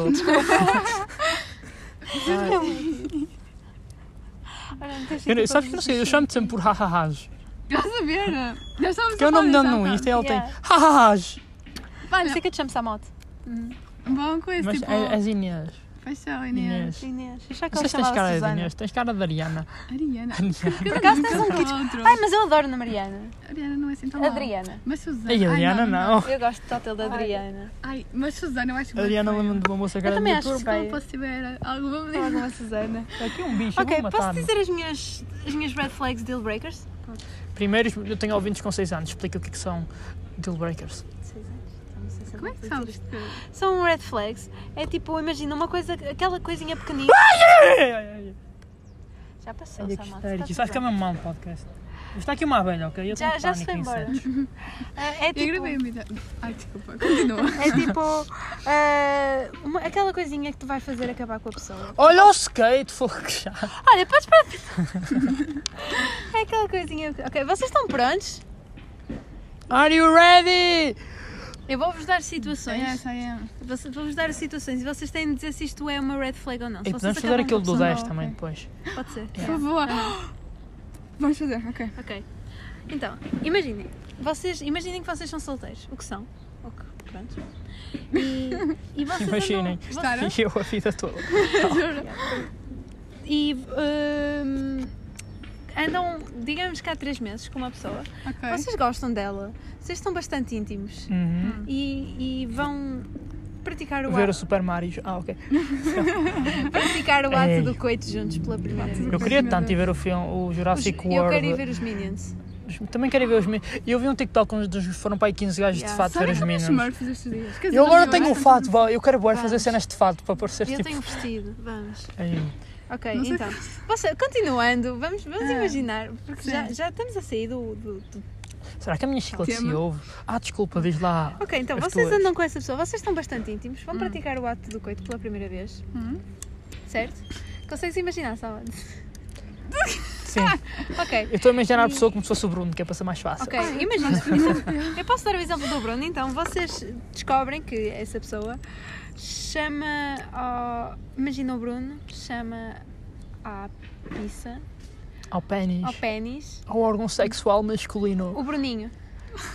S2: Ora, muitas
S1: Eu, não- sabes que eu não sei, eu chamo-te sempre por hahahás.
S3: Estás a ver? Nós tá? estávamos
S1: Que é o
S3: a falar
S1: nome dela
S3: disso
S1: no
S3: há bocado.
S1: Insta, ela tem
S2: Yeah.
S1: hahahás.
S2: Eu
S3: Olha,
S2: sei que eu te chamo Samote.
S3: bom coisa,
S1: Mas
S3: tipo...
S1: a- as Inês.
S3: Paixão, Inês.
S1: Inês.
S2: Inês. Eu já que
S1: Não sei
S2: ela
S1: se tens
S2: chamava
S1: cara de
S2: Susana.
S1: Inês, tens cara de Ariana. Ariana.
S3: Ariana. Por
S2: acaso tens um
S1: é
S2: kit.
S3: outro.
S2: Ai, mas eu adoro na Mariana.
S3: Ariana não é assim tão mal.
S2: Adriana.
S3: Mas Suzana...
S1: E a Ariana
S3: Ai,
S1: não.
S2: Eu gosto do total da Adriana.
S3: Ai, mas Suzana, eu acho que...
S1: A Ariana lembra-me de uma moça que
S2: Eu
S1: era
S2: também
S1: do
S2: acho
S1: YouTube.
S2: feio.
S3: Desculpa se tiver alguma
S2: Alguma Susana.
S1: Aqui um bicho,
S2: Ok,
S1: vou
S2: posso
S1: matar
S2: dizer as minhas, as minhas red flags deal breakers?
S1: Primeiro, eu tenho ouvintes com 6 anos, explica o que, é que são deal breakers.
S2: Como
S3: Como é que sabes que...
S2: São red flags. É tipo, imagina uma coisa, aquela coisinha pequenina. Já passou,
S1: Olha que
S2: Samote.
S1: histérico.
S2: está
S1: Isso acho que é
S2: tudo
S1: mesmo mal no podcast. Está aqui uma abelha, ok? Eu
S2: bem. já,
S1: tenho
S2: já se foi
S1: pânico a
S2: embora.
S1: insetos.
S2: É, é
S3: Eu
S2: tipo,
S3: gravei a minha... Ai, desculpa. Continua.
S2: é tipo eh, uma- aquela coisinha que tu vais fazer acabar com a pessoa.
S1: Olha o skate, fogo que chato.
S2: Olha, podes para. é aquela coisinha. que- Ok, vocês estão prontos?
S1: Are you ready?
S2: Eu vou-vos dar
S1: É
S2: situações.
S3: Yes, I am.
S2: Você- Vou-vos dar as situações e vocês têm de dizer se isto é uma red flag ou não.
S1: E
S2: Se vocês
S1: podemos fazer
S2: acabam com a
S1: aquele É. do
S2: pessoa,
S1: 10
S3: ok.
S1: também depois.
S2: Pode ser.
S3: Por favor. Vamos fazer, ok.
S2: Ok. Então, imaginem. Vocês, imaginem que vocês são solteiros. O que são? O que? Pronto. E, e vocês
S1: Imaginem.
S2: andam-
S3: Gostaram?
S1: E eu a vida toda.
S2: E hum, andam, digamos que há três meses com uma pessoa.
S3: Ok.
S2: Vocês gostam dela. Vocês estão bastante íntimos.
S1: Uhum.
S2: E, e vão praticar o,
S1: Ver o
S2: ato,
S1: Super Mario. Ah, ok.
S2: praticar o ato
S1: Ei.
S2: do coito juntos pela primeira vez.
S1: Eu queria tanto ir ver o filme, o Jurassic
S2: Eu quero ir
S1: World.
S2: ver os Minions.
S1: Também quero ir ver os meninos. Eu vi um TikTok onde foram para aí 15 gajos
S2: Yeah. é
S1: de fato
S3: Sabe
S1: ver os
S3: como é os
S1: meninos.
S3: Smurfs estes dias? Quer dizer,
S1: Eu agora
S3: não,
S1: tenho um
S3: acho que-
S1: fato, vá, eu quero bué fazer
S2: Vamos.
S1: cenas de fato para parecer
S2: Eu
S1: tipo.
S2: tenho um vestido, vamos.
S1: Ai,
S2: Ok,
S3: Não sei
S2: então. Você, continuando, vamos, vamos
S3: Ah,
S2: imaginar, porque já,
S1: um
S3: sim.
S2: já estamos a sair do. do- do-
S1: Será que a minha chiclete se
S3: Tema.
S1: ouve? Ah, desculpa, diz lá.
S2: Ok, então
S1: As
S2: vocês
S1: tuas.
S2: andam com essa pessoa, vocês estão bastante íntimos, vão praticar o ato do coito pela primeira vez,
S3: Hum.
S2: certo? Consegues imaginar, sabe?
S1: Sim.
S2: Ok.
S1: Eu estou a imaginar a pessoa como se fosse o Bruno, que é para ser mais fácil.
S2: Ok, imagina. Eu posso dar o exemplo do Bruno, então vocês descobrem que essa pessoa chama ao. Imagina o Bruno, chama à pizza,
S1: Ao pênis.
S2: ao pênis,
S1: Ao órgão sexual masculino.
S2: o Bruninho. Ah,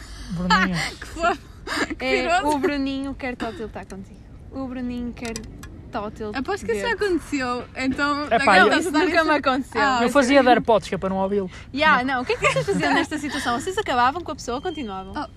S1: Bruninho.
S2: É,
S3: Piroso.
S2: o Bruninho quer tótil estar contigo. O Bruninho quer tótil.
S3: Aposto Ah, que isso é já
S2: ver.
S3: aconteceu, então...
S1: Epá,
S3: Agora
S1: eu-
S2: Não,
S3: vamos
S2: isso
S3: dar
S2: nunca me aconteceu.
S3: Ah,
S1: Eu fazia dar potes, que é para não ouvi-lo.
S2: Yeah, não. O que é que vocês faziam nesta situação? Vocês acabavam com a pessoa ou continuavam?
S3: Ah,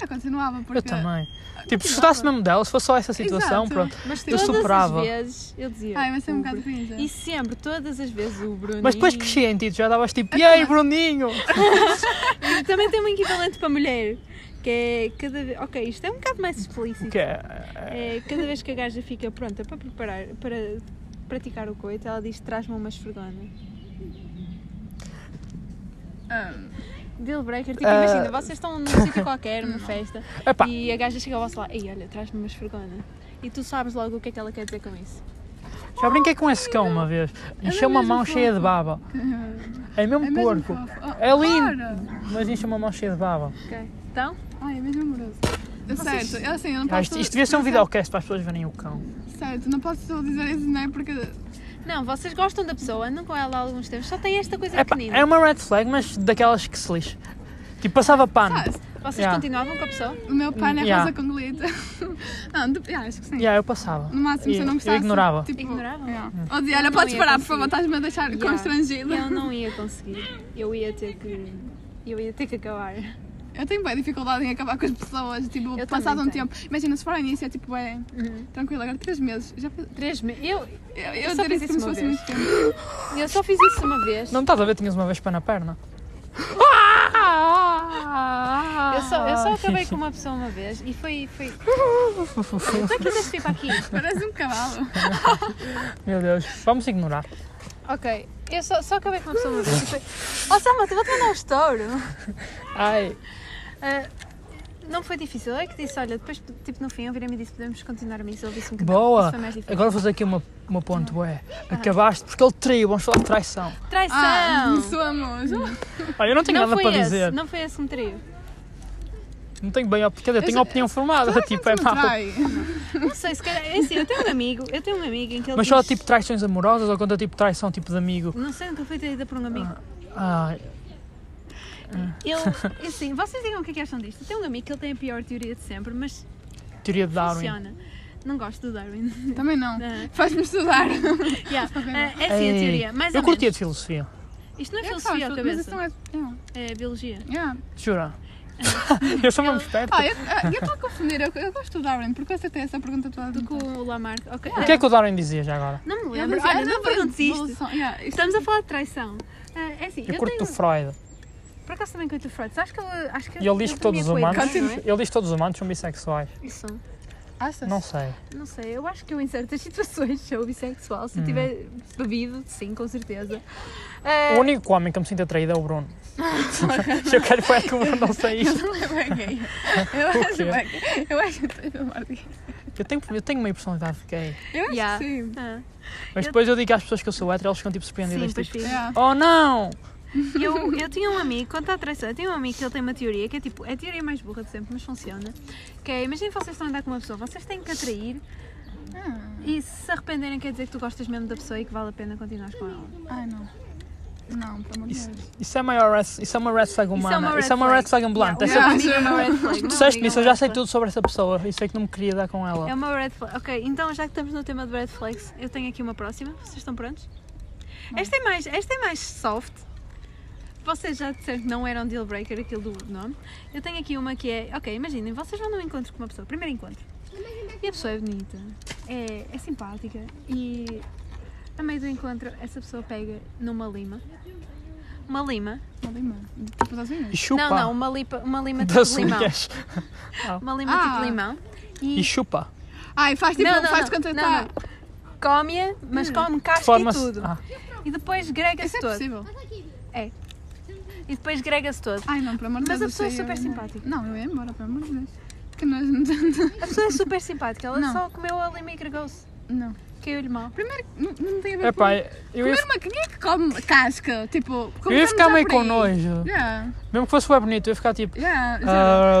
S3: Eu continuava, porque...
S1: Eu também. Tipo, se gostasse mesmo dela, se fosse só essa situação,
S3: Exato.
S1: pronto.
S2: mas
S1: eu
S2: todas
S1: superava.
S2: as vezes eu dizia.
S3: Ai, mas é um
S2: o
S3: bocado
S2: Bruno-
S3: cringe.
S2: E sempre, todas as vezes o Bruninho. Então
S1: Mas depois crescia em ti, tu já davas tipo, e aí, Bruninho?
S2: E Também tem um equivalente para mulher. Que é cada vez. Ok, isto é um bocado mais explícito.
S1: O que é?
S2: É, cada vez que a gaja fica pronta para preparar, para praticar o coito, ela diz: traz-me uma esfregona.
S3: Ah,
S2: Hum. Deal breaker, tipo,
S1: Ah.
S2: imagina, vocês estão num sítio qualquer, numa festa,
S1: Epá.
S2: e a gaja chega ao vosso lado, ei, olha, traz-me uma esfregona. E tu sabes logo o que é que ela quer dizer com isso.
S1: Já brinquei com esse cão uma vez. Encheu uma
S3: mesmo
S1: mão cheia de baba. É mesmo
S3: é mesmo
S1: porco.
S3: fofo. Oh,
S1: É lindo.
S3: para.
S1: Mas encheu uma mão cheia de baba.
S2: Ok. Então,
S3: Ai, é mesmo amoroso. Eu Certo, eu assim, eu não
S1: Ah,
S3: posso...
S1: isto, isto devia ser um videocast para as pessoas verem o cão.
S3: Certo, não posso dizer isso, não é? Porque...
S2: não, vocês gostam da pessoa, andam com ela há alguns tempos, só tem esta coisa
S1: Epá,
S2: pequenina.
S1: é uma red flag, mas daquelas que se lixa. Tipo, passava pano.
S3: Sabes?
S2: Vocês
S1: Yeah.
S2: continuavam com a pessoa?
S3: O meu pano é
S1: Hum, Yeah.
S3: rosa com glitter. Não, de- yeah, acho que sim.
S1: Yeah, eu passava.
S3: No máximo, se eu
S1: E-
S3: não gostasse...
S1: ignorava. Hum.
S3: Tipo,
S2: Ignorava?
S3: yeah. Ou dizia, olha,
S2: não
S3: podes
S2: ia
S3: parar, por
S2: conseguir.
S3: favor, estás-me a deixar
S2: Yeah.
S3: constrangida.
S2: Eu não ia conseguir, eu ia ter que. Eu ia ter que acabar.
S3: Eu tenho bem dificuldade em acabar com as pessoas, tipo,
S2: Eu
S3: passado um
S2: também tenho.
S3: tempo. Imagina, se for ao início, é tipo, é tranquilo, agora três meses. Já faz-
S2: Três meses. Eu,
S3: Eu,
S2: Eu
S3: eu,
S2: só
S3: diria
S2: fiz
S3: isso como
S2: isso
S3: se
S2: uma
S3: fosse
S2: vez.
S3: muito tempo.
S2: eu só fiz isso uma vez.
S1: Não estás a ver? Tinhas uma vespa na perna.
S2: Eu só, eu
S1: Ah,
S2: só acabei com uma pessoa uma vez e foi. foi... Tu é que quiseste vir para aqui?
S3: Parece um cavalo.
S1: Meu Deus, vamos ignorar.
S2: Ok, eu só, só acabei com uma pessoa uma vez e foi. Oh, Salma, vou-te mandar um estouro.
S1: Ai,
S2: Ah, não foi difícil, é que disse, olha, depois, tipo, no fim, eu virei-me e disse, podemos continuar, mas eu disse um bocadinho.
S1: boa.
S2: Isso foi mais difícil.
S1: Agora vou fazer aqui uma, uma ponte, ué. Acabaste porque ele traiu, vamos falar de traição.
S2: Traição!
S3: Ah, somos.
S1: Olha, eu não tenho
S2: não
S1: nada
S2: foi
S1: para
S2: esse, um
S1: dizer.
S2: não foi esse que me traiu.
S1: Não tenho bem opinião. Quer dizer,
S3: Eu
S1: tenho
S3: sei-
S1: opinião formada. Tipo, é
S3: Não
S1: má.
S3: trai.
S2: Não sei, se calhar. É assim, eu tenho um amigo, eu tenho um amigo em que ele.
S1: Mas só
S2: diz-
S1: tipo traições amorosas ou conta tipo traição tipo de amigo?
S2: Não sei, nunca fui traída por um amigo.
S1: Ah,
S2: Eu, assim, vocês digam o que é que acham disto. Eu tenho um amigo que ele tem a pior teoria de sempre, mas
S1: teoria de Darwin.
S2: funciona. Não gosto do Darwin.
S3: Também não.
S2: Não.
S3: Faz-me estudar.
S2: Yeah. Ah, é assim a
S1: Ei,
S2: teoria, mais
S1: Eu
S2: ou menos.
S1: curtia de filosofia.
S2: Isto não é
S3: Eu
S2: filosofia
S3: faço,
S2: à
S3: Mas isso
S2: cabeça,
S3: não é. não.
S2: é biologia.
S3: Yeah.
S1: Jura? eu sou mesmo esperto.
S3: Ah, eu ah, eu estou a confundir. Eu, eu gosto do Darwin, porque você tem essa pergunta toda do
S2: Com o Lamarck, ok.
S1: O que é que o Darwin dizia já agora?
S2: Ah, Não me
S3: Eu
S2: lembro,
S3: dizia,
S2: olha,
S3: ah,
S2: não me
S3: foi
S2: perguntes isto.
S3: evolução. Yeah, isto-
S2: Estamos a falar de traição. Ah, é assim,
S1: Eu,
S2: eu,
S1: curto
S2: tenho...
S1: o Freud.
S2: Por acaso também curto o Freud. Acho que ele... Acho que
S1: E ele diz que todos os
S2: dormia
S1: humanos.
S2: com ele, não é?
S1: Ele diz que todos os humanos são bissexuais.
S2: Isso. Tá
S3: Achas?
S1: Não sei.
S2: Então, Não sei, eu acho que eu em certas situações sou bissexual. Se eu
S1: Hum.
S2: tiver bebido, sim, com certeza.
S1: O
S2: Ah,
S1: único homem que eu me sinto atraído é o Bruno. Se eu quero foi que o Bruno não sei
S3: Eu
S1: isto.
S3: não lembro é gay. Eu acho
S1: quê?
S3: bem gay. Eu acho que estou a gay.
S1: Eu tenho, eu tenho meio personalidade de gay.
S3: Eu acho
S2: Yeah.
S3: que sim.
S2: ah,
S1: Mas
S2: Eu-
S1: depois eu digo às pessoas que eu sou hétero, elas ficam tipo
S2: sim,
S1: surpreendidas.
S2: pois
S1: tipo,
S2: fiz.
S3: Yeah.
S1: oh não!
S2: Eu, eu tinha um amigo, quanto à traição, eu tinha um amigo que ele tem uma teoria que é tipo, é a teoria mais burra de sempre, mas funciona. Que é, imaginem que vocês estão a andar com uma pessoa, vocês têm que atrair
S3: Ah.
S2: e se se arrependerem quer dizer que tu gostas mesmo da pessoa e que vale a pena continuar com ela.
S3: Ai, não. Não, pelo amor de Deus.
S1: Isso é, maior, res- isso é uma red flag humana. Isso é uma red flag ambulante.
S2: Yeah,
S1: Essa-
S2: o
S3: essa-
S2: meu amigo é uma red flag.
S1: Tu
S2: Não,
S1: disseste
S2: amigo,
S1: isso,
S2: é
S1: eu
S2: uma
S1: já
S2: red
S1: sei
S2: flag.
S1: tudo sobre essa pessoa. Eu sei que não me queria dar com ela.
S2: É uma red flag. Ok, então já que estamos no tema de red flags, eu tenho aqui uma próxima. Vocês estão prontos? Esta é mais, esta é mais soft. Vocês já disseram que não era um deal breaker aquilo do nome. Eu tenho aqui uma que é. Ok, imaginem, vocês vão num encontro com uma pessoa, primeiro encontro. E a pessoa é bonita, é, é simpática e a meio do encontro essa pessoa pega numa lima. Uma lima?
S3: Uma lima. Tipo das unhas.
S1: E chupa.
S2: Não, não, uma, lipa, uma lima tipo
S1: das
S2: de limão.
S1: unhas.
S2: Uma lima tipo
S3: Ah.
S2: de limão.
S1: E chupa.
S3: Ai, faz tipo,
S2: Não, tá- não,
S3: faz
S2: não.
S3: quando
S2: Não, não.
S3: está.
S2: Come-a, mas come
S3: é
S2: casca
S1: Forma-se-
S2: e tudo.
S1: Ah,
S2: E depois grega-se
S3: Isso é
S2: todo.
S3: possível.
S2: E depois grega-se todo.
S3: Ai, não, pelo amor de
S2: Ah, Mas
S3: Deus.
S2: a
S3: eu
S2: pessoa é
S3: sei, eu
S2: super
S3: ia embora.
S2: simpática.
S3: Não, eu ia embora, pelo amor de Deus. Que nós não.
S2: A pessoa é super simpática, ela
S3: Não.
S2: só comeu a lima e gregou-se.
S3: Não.
S2: Caiu-lhe mal.
S3: Primeiro, não, não tem a ver
S1: Epá,
S3: com.
S1: eu ia,
S3: Comer uma. Quem é que come casca? Tipo,
S1: eu ia
S3: começamos
S1: ficar
S3: já
S1: meio
S3: por
S1: com
S3: aí.
S1: nojo.
S3: Yeah,
S1: Mesmo que fosse bem bonito, eu ia ficar tipo.
S3: yeah, já.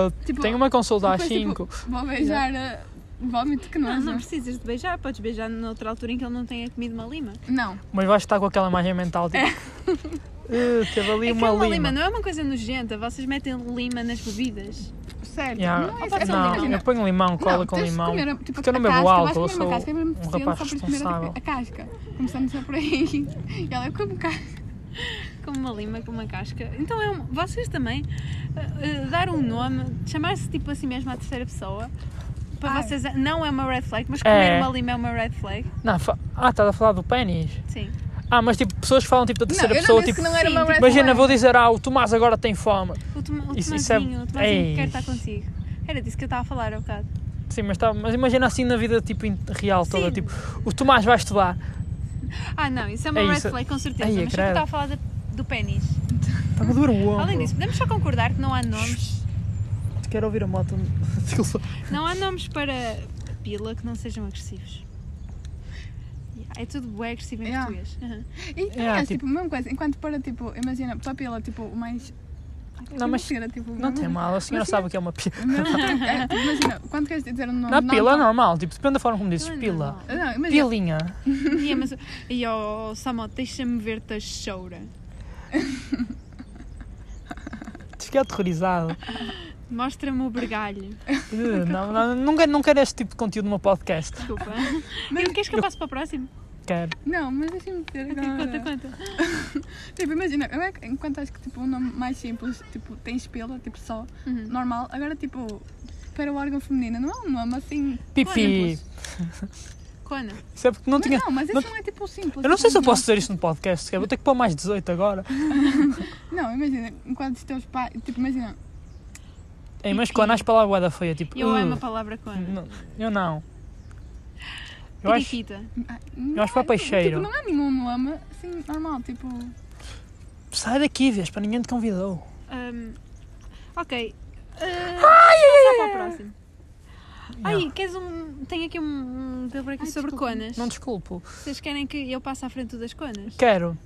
S1: ah,
S3: Tipo,
S1: tenho uma consulta às
S3: depois, tipo,
S1: 5.
S3: Vou beijar eh, vómito que
S2: Não,
S3: nós
S2: não
S3: não. é
S2: precisas de beijar, podes beijar noutra altura em que ele não tenha comido uma lima.
S3: Não.
S1: Mas vais estar com aquela imagem mental
S3: É.
S1: tipo. "Eh, teve ali
S2: é que
S1: uma,
S2: é uma lima.
S1: lima.
S2: não é uma coisa nojenta, vocês metem lima nas bebidas.
S3: Sério.
S1: Yeah.
S3: Não é isso.
S2: Opa,
S3: É só
S1: Ah, Não,
S3: imagina.
S1: eu ponho limão, cola
S3: Não,
S1: com
S3: tens de
S1: limão.
S3: comer a- tipo,
S1: porque eu não
S3: a
S1: bebo
S3: casca, vais
S1: álcool, eu
S3: comer
S1: sou
S3: uma casca, é mesmo
S1: um
S3: possível,
S1: rapaz
S3: só podes comer a-
S1: responsável.
S3: A casca. Começamos já por aí. E ela come casca.
S2: Como uma lima, com uma casca. Então é um... Vocês também, ah, ah, dar um nome, chamar-se tipo assim mesmo à terceira pessoa, para
S3: Ai.
S2: vocês não é uma red flag, mas
S1: É.
S2: comer uma lima é uma red flag.
S1: Não, fa- Ah, estás a falar do pênis?
S2: Sim.
S1: Ah, mas tipo, pessoas que falam tipo da terceira
S3: eu não
S1: pessoa,
S3: disse
S1: tipo.
S3: que não é era
S2: sim,
S3: uma
S2: tipo,
S3: red
S1: Imagina,
S3: flag.
S1: vou dizer, ah, o Tomás agora tem fome.
S2: O, Toma- o
S1: Isso-
S2: Tomazinho,
S1: isso é-
S2: o Tomazinho quer
S1: Ei.
S2: estar consigo. Era disso que eu estava a falar há bocado.
S1: Sim, mas, tá, mas imagina assim na vida tipo in- real toda,
S2: Sim.
S1: tipo, o Tomás vai estudar.
S2: Ah, não, isso é uma
S1: É
S2: red
S1: isso.
S2: flag, com certeza.
S1: Ai, é
S2: mas só que eu
S1: credo.
S2: estava a falar da- do pênis.
S1: Estava a doer o ombro.
S2: Além disso, podemos só concordar que não há nomes.
S1: Quero ouvir a moto. Desculpa.
S2: Não há nomes para pila que não sejam agressivos. Yeah, É tudo bem agressivo em
S3: Yeah.
S2: português. Uhum.
S3: E
S1: É,
S3: é,
S1: tipo-
S3: tipo, a mesma coisa. Enquanto para, tipo, imagina, papila, tipo, o mais. Ai, que
S1: Não, mas
S3: mentira, tipo,
S1: Não tem mal, a senhora sabe o que é uma pila.
S3: Não, não, é, tipo, imagina, quando queres dizer um nome.
S1: Na pila é
S3: não.
S1: normal, tipo, depende da forma como dizes,
S2: Não é
S1: pila.
S2: normal.
S3: Não, imagina.
S1: Pilinha.
S2: E, é, mas, e oh, Samo, deixa-me ver-te a choura.
S1: Fiquei é aterrorizado.
S2: Mostra-me o bergalho.
S1: Eh, não, não, nunca, não quero este tipo de conteúdo no meu podcast.
S2: Desculpa. E queres que eu passe para o próximo?
S1: Quero.
S3: Não, mas deixa-me dizer
S2: Ok,
S3: agora.
S2: conta, conta.
S3: Tipo, imagina, eu é que- enquanto acho que tipo, um nome mais simples, tipo, tens pila, tipo, só,
S2: Uhum.
S3: normal. Agora, tipo, para o órgão feminino, não é um nome assim.
S1: Pipi.
S2: Cona.
S1: Isso é porque não
S3: mas
S1: tinha.
S3: não, mas isso
S1: não-
S3: não, é tipo simples.
S1: Eu não sei se eu
S3: tipo,
S1: posso dizer isto no podcast, quer? vou ter que pôr mais 18 agora.
S3: Não, imagina, enquanto os teus pais. Tipo, imagina.
S1: Ei, mas quando as palavras da feia, tipo.
S2: Eu
S1: "Uh,
S2: amo a palavra cona.
S1: não, eu não. Eu acho.
S2: Periquita.
S3: ah, não
S1: acho que vai
S3: é-
S1: para cheiro.
S3: Tipo, não é nenhum nome assim, normal, tipo.
S1: Sai daqui, vês, para ninguém te convidou.
S2: Hum, ok. Uh, ai, para o próximo. Ai, queres um. Tenho aqui um, um deal breaker
S3: Ai,
S2: sobre
S3: desculpa.
S2: conas.
S1: Não desculpo.
S2: Vocês querem que eu passe à frente do das conas?
S1: Quero.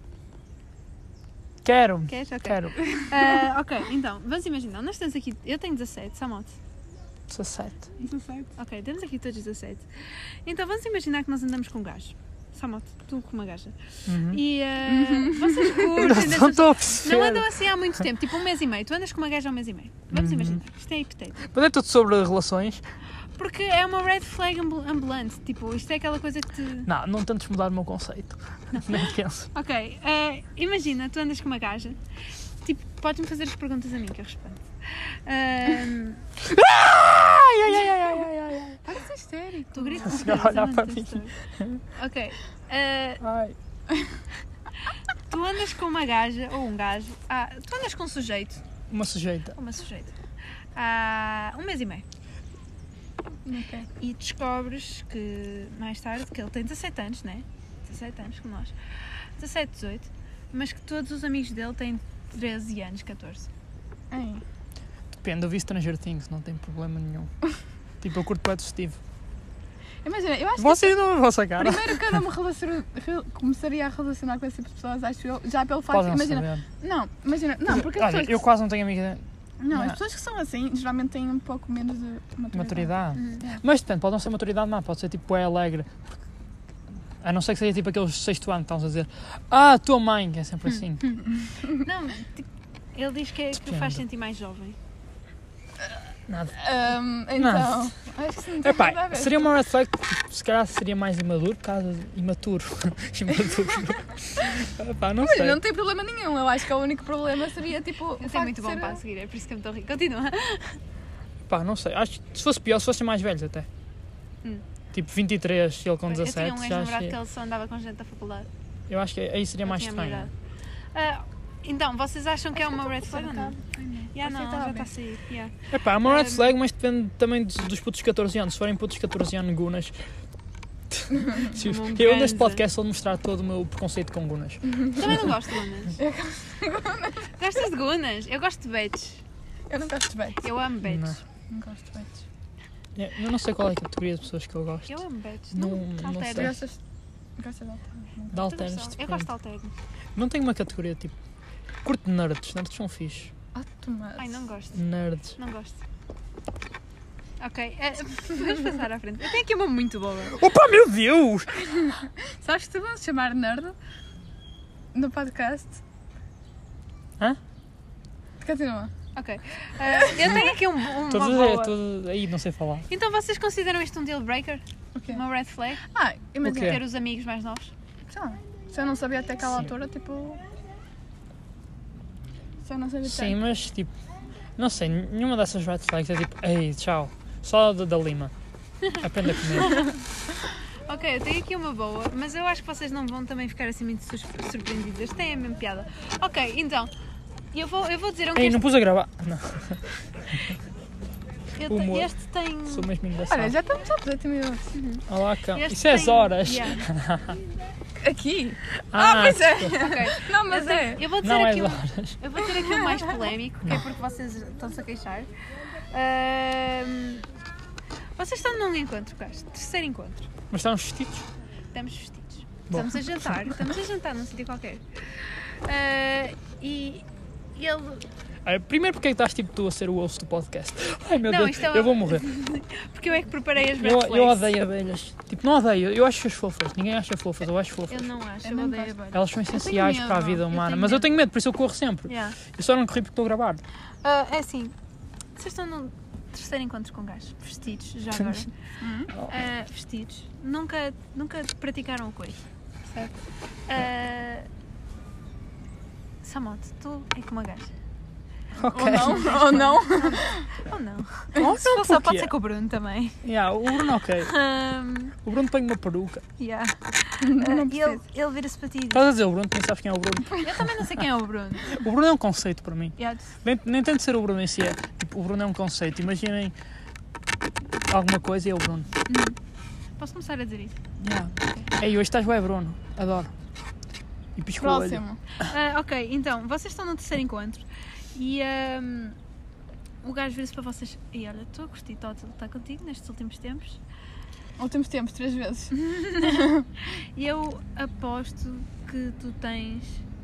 S1: Quero,
S2: Queres? Ok.
S1: quero.
S2: Ah, ok, então, vamos imaginar, nós temos aqui. Eu tenho 17, Samote.
S1: 17.
S3: 17.
S2: Ok, temos aqui todos 17. Então vamos imaginar que nós andamos com um gajo. Samote, tu com uma gaja.
S1: Uhum.
S2: E ah, vocês curtem.
S1: Não
S2: dessas-
S1: estou a perceber.
S2: Não andam assim há muito tempo, tipo um mês e meio. Tu andas com uma gaja há um mês e meio. Vamos imaginar, isto é hipotético.
S1: Mas é tudo sobre relações.
S2: Porque é uma red flag ambu- ambulante. Tipo, isto é aquela coisa que te.
S1: Não, não tentes mudar o meu conceito. Nem penso.
S2: Ok, eh, imagina, tu andas com uma gaja, tipo, podes-me fazer as perguntas a mim que eu respondo. Ahm,
S1: Ai, ai, ai, ai, ai, ai, ai.
S2: para de ser histérico. Tu gritas.
S1: Se não olhar para mim.
S2: Ok, eh,
S1: Ai.
S2: tu andas com uma gaja ou um gajo, ah, tu andas com um sujeito,
S1: Uma sujeita.
S2: ou uma sujeita, há um mês e meio.
S3: Ok.
S2: E descobres que mais tarde, que ele tem 17 anos, né? 17 anos como nós. 17, 18, mas que todos os amigos dele têm 13 anos, 14.
S3: Ai.
S1: Depende, eu vi Stranger Things, não tem problema nenhum. Tipo, eu curto bué do Steve.
S3: Imagina, eu acho que
S1: Vocês não vão sacar.
S3: primeiro que eu não me relaciono, rel- começaria a relacionar com esse tipo de pessoas, acho eu, já pelo facto.
S1: Podem não
S3: imagina,
S1: saber.
S3: não, imagina, não, porque as
S1: Olha,
S3: pessoas,
S1: eu quase não tenho amiga
S3: não, as
S1: não.
S3: pessoas que são assim geralmente têm um pouco menos de
S2: Uhum.
S3: maturidade.
S1: de maturidade. Mas depende, pode não ser maturidade má, pode ser tipo é alegre. Porque- A não ser que seja tipo aqueles sexto ano que estão a dizer Ah, tua mãe, que é
S2: Hum.
S1: sempre assim.
S2: Não, tipo, ele diz que, que o
S1: Depende.
S2: faz sentir mais jovem.
S3: Ahm, então, acho que isso não tem nada a
S1: Epá,
S3: ver.
S1: seria um uma red flag, tipo, se calhar seria mais imaduro, por causa de imaturo. imaturo. Epá, não
S3: Mas
S1: sei.
S3: não tem problema nenhum, eu acho que o único problema seria tipo. o
S2: Eu
S3: facto
S2: tenho muito
S3: de
S2: bom
S3: ser-
S2: para a seguir, é por isso que eu me estou rindo. Continua.
S1: Pá, não sei. Acho que se fosse pior, se fossem mais velhos até.
S2: Hum.
S1: Tipo 23 e ele com
S2: eu tinha
S1: 17.
S2: um
S1: já
S2: ex-namorado
S1: achei-
S2: que ele só andava com gente da faculdade.
S1: Eu acho que aí seria
S2: Ele
S1: mais
S2: tinha a minha
S1: estranho.
S2: idade. Ah, então, vocês acham que é uma red flag ou não? Yeah,
S3: Achei
S2: não,
S3: que
S2: já está
S3: estava
S2: a sair. yeah.
S1: Epá, é uma red flag, mas depende também dos, dos putos de 14 anos. Se forem putos de 14 anos, gunas. Se-
S2: Não
S1: eu neste
S2: cansa.
S1: podcast vou mostrar todo o meu preconceito com gunas.
S2: Também não gosto de gunas. Eu gosto de gunas. Gostas de gunas? Eu gosto de betes.
S3: Eu não gosto de betes.
S2: Eu amo betes.
S3: Não gosto de betes.
S1: É, Eu não sei qual é a categoria de pessoas que eu gosto.
S2: Eu amo betes.
S1: Não-
S2: Não,
S1: não
S2: alterno.
S1: sei.
S3: Tu gostas. Gostas de alterno?
S1: De
S2: Tu gostas?
S1: alternos.
S2: Eu
S1: depende.
S2: gosto de alternos.
S1: Não tenho uma categoria tipo. Curto nerds. Nerds são fixe.
S3: Ah, tomate.
S2: Ai, não gosto.
S1: Nerds.
S2: Não gosto. Ok, eh, vamos passar à frente. Eu tenho aqui uma muito boa.
S1: Opa, meu Deus!
S3: Sabes que tu vamos chamar nerd no podcast?
S1: Hã?
S3: Continua.
S2: Ok. eh, eu tenho aqui um, um uma
S1: Todas,
S2: boa.
S1: é, todas, aí não sei falar.
S2: Então vocês consideram isto um deal breaker?
S3: O quê?
S2: Uma red flag?
S3: Ah,
S1: O quê?
S3: imagina.
S2: Ter os amigos mais novos?
S3: Sei lá. Se eu não sabia até aquela
S1: Sim.
S3: altura, tipo. Se eu não sabia até.
S1: Sim, mas tipo, não sei, nenhuma dessas red flags é tipo, ei, tchau, só da, da Lima. Aprenda comigo.
S2: Ok, eu tenho aqui uma boa, mas eu acho que vocês não vão também ficar assim muito sus- surpreendidas. Tem a mesma piada. Ok, então. Eu vou, eu vou dizer um que
S1: ei,
S2: este,
S1: não pus a gravar. Não,
S2: eu
S1: o
S2: te-
S1: humor.
S2: este tem.
S1: sou mesmo engraçado.
S3: Olha, já estamos a 18 minutos.
S1: Olá, cão.
S2: este
S1: Isso é as
S2: tem-
S1: horas.
S2: Yeah,
S3: Aqui?
S1: Ah,
S3: Pois é.
S2: ok.
S3: Não, mas
S2: Eu
S3: é.
S2: tenho- Eu vou dizer
S1: não é
S2: aqui
S1: as
S2: um,
S1: horas.
S2: Eu vou ter aqui um mais polémico, que é porque vocês estão-se a queixar. Ahm, vocês estão num encontro, Carlos, terceiro encontro.
S1: Mas estão vestidos?
S2: Estamos vestidos.
S1: Bom.
S2: Estamos a jantar, estamos a jantar num sítio qualquer. Ah, e ele.
S1: Olha, primeiro porque é que estás tipo tu a ser o osso do podcast? Ai meu
S2: Não,
S1: Deus,
S2: isto é uma-
S1: eu vou morrer.
S2: Porque eu é que preparei as
S1: Eu,
S2: red
S1: eu
S2: flags.
S1: odeio abelhas. Tipo, não odeio, eu acho as fofas. Ninguém acha fofas, eu acho fofas.
S2: Eu não acho,
S3: Eu
S2: eu,
S3: não
S2: odeio
S3: gosto.
S2: agora.
S1: Elas são essenciais
S3: medo,
S1: para a vida
S2: eu
S1: humana,
S2: tenho
S1: mas eu
S2: medo.
S1: tenho medo, por isso eu corro sempre.
S2: Yeah.
S1: Eu só não corri porque estou a gravar.
S2: Ah, é assim, vocês estão num terceiro encontro com gajos, vestidos, já agora. Ah, vestidos. Nunca, nunca praticaram o coito.
S3: Certo.
S2: Ah, Samote, tu é que uma gaja.
S1: Ok.
S3: Ou não, ou não.
S2: Ou não?
S1: Ou
S2: Se for só, pode
S1: porquê?
S2: ser com o Bruno também.
S1: Yeah, o Bruno, ok.
S2: Ahm,
S1: O Bruno põe uma peruca.
S2: yeah.
S3: não
S2: Ah, ele ele vira-se para ti e diz,
S1: Estás a dizer o Bruno, tu nem sabes quem é o Bruno.
S2: Eu também não sei quem é o Bruno.
S1: O Bruno é um conceito para mim.
S2: Yeah.
S1: Nem, nem tem de ser o Bruno em si, é. Tipo, o Bruno é um conceito. Imaginem alguma coisa e é o Bruno.
S2: Posso começar a dizer isso?
S1: Yeah. Ei, hoje estás bem, Bruno. Adoro. E piscou o olho.
S3: Próximo.
S2: Ah, ok, então, vocês estão no terceiro encontro e ahm, o gajo vira-se para vocês e olha, estou a curtir estou a estar contigo nestes últimos tempos
S3: Últimos tempos, três vezes.
S2: e eu aposto que tu tens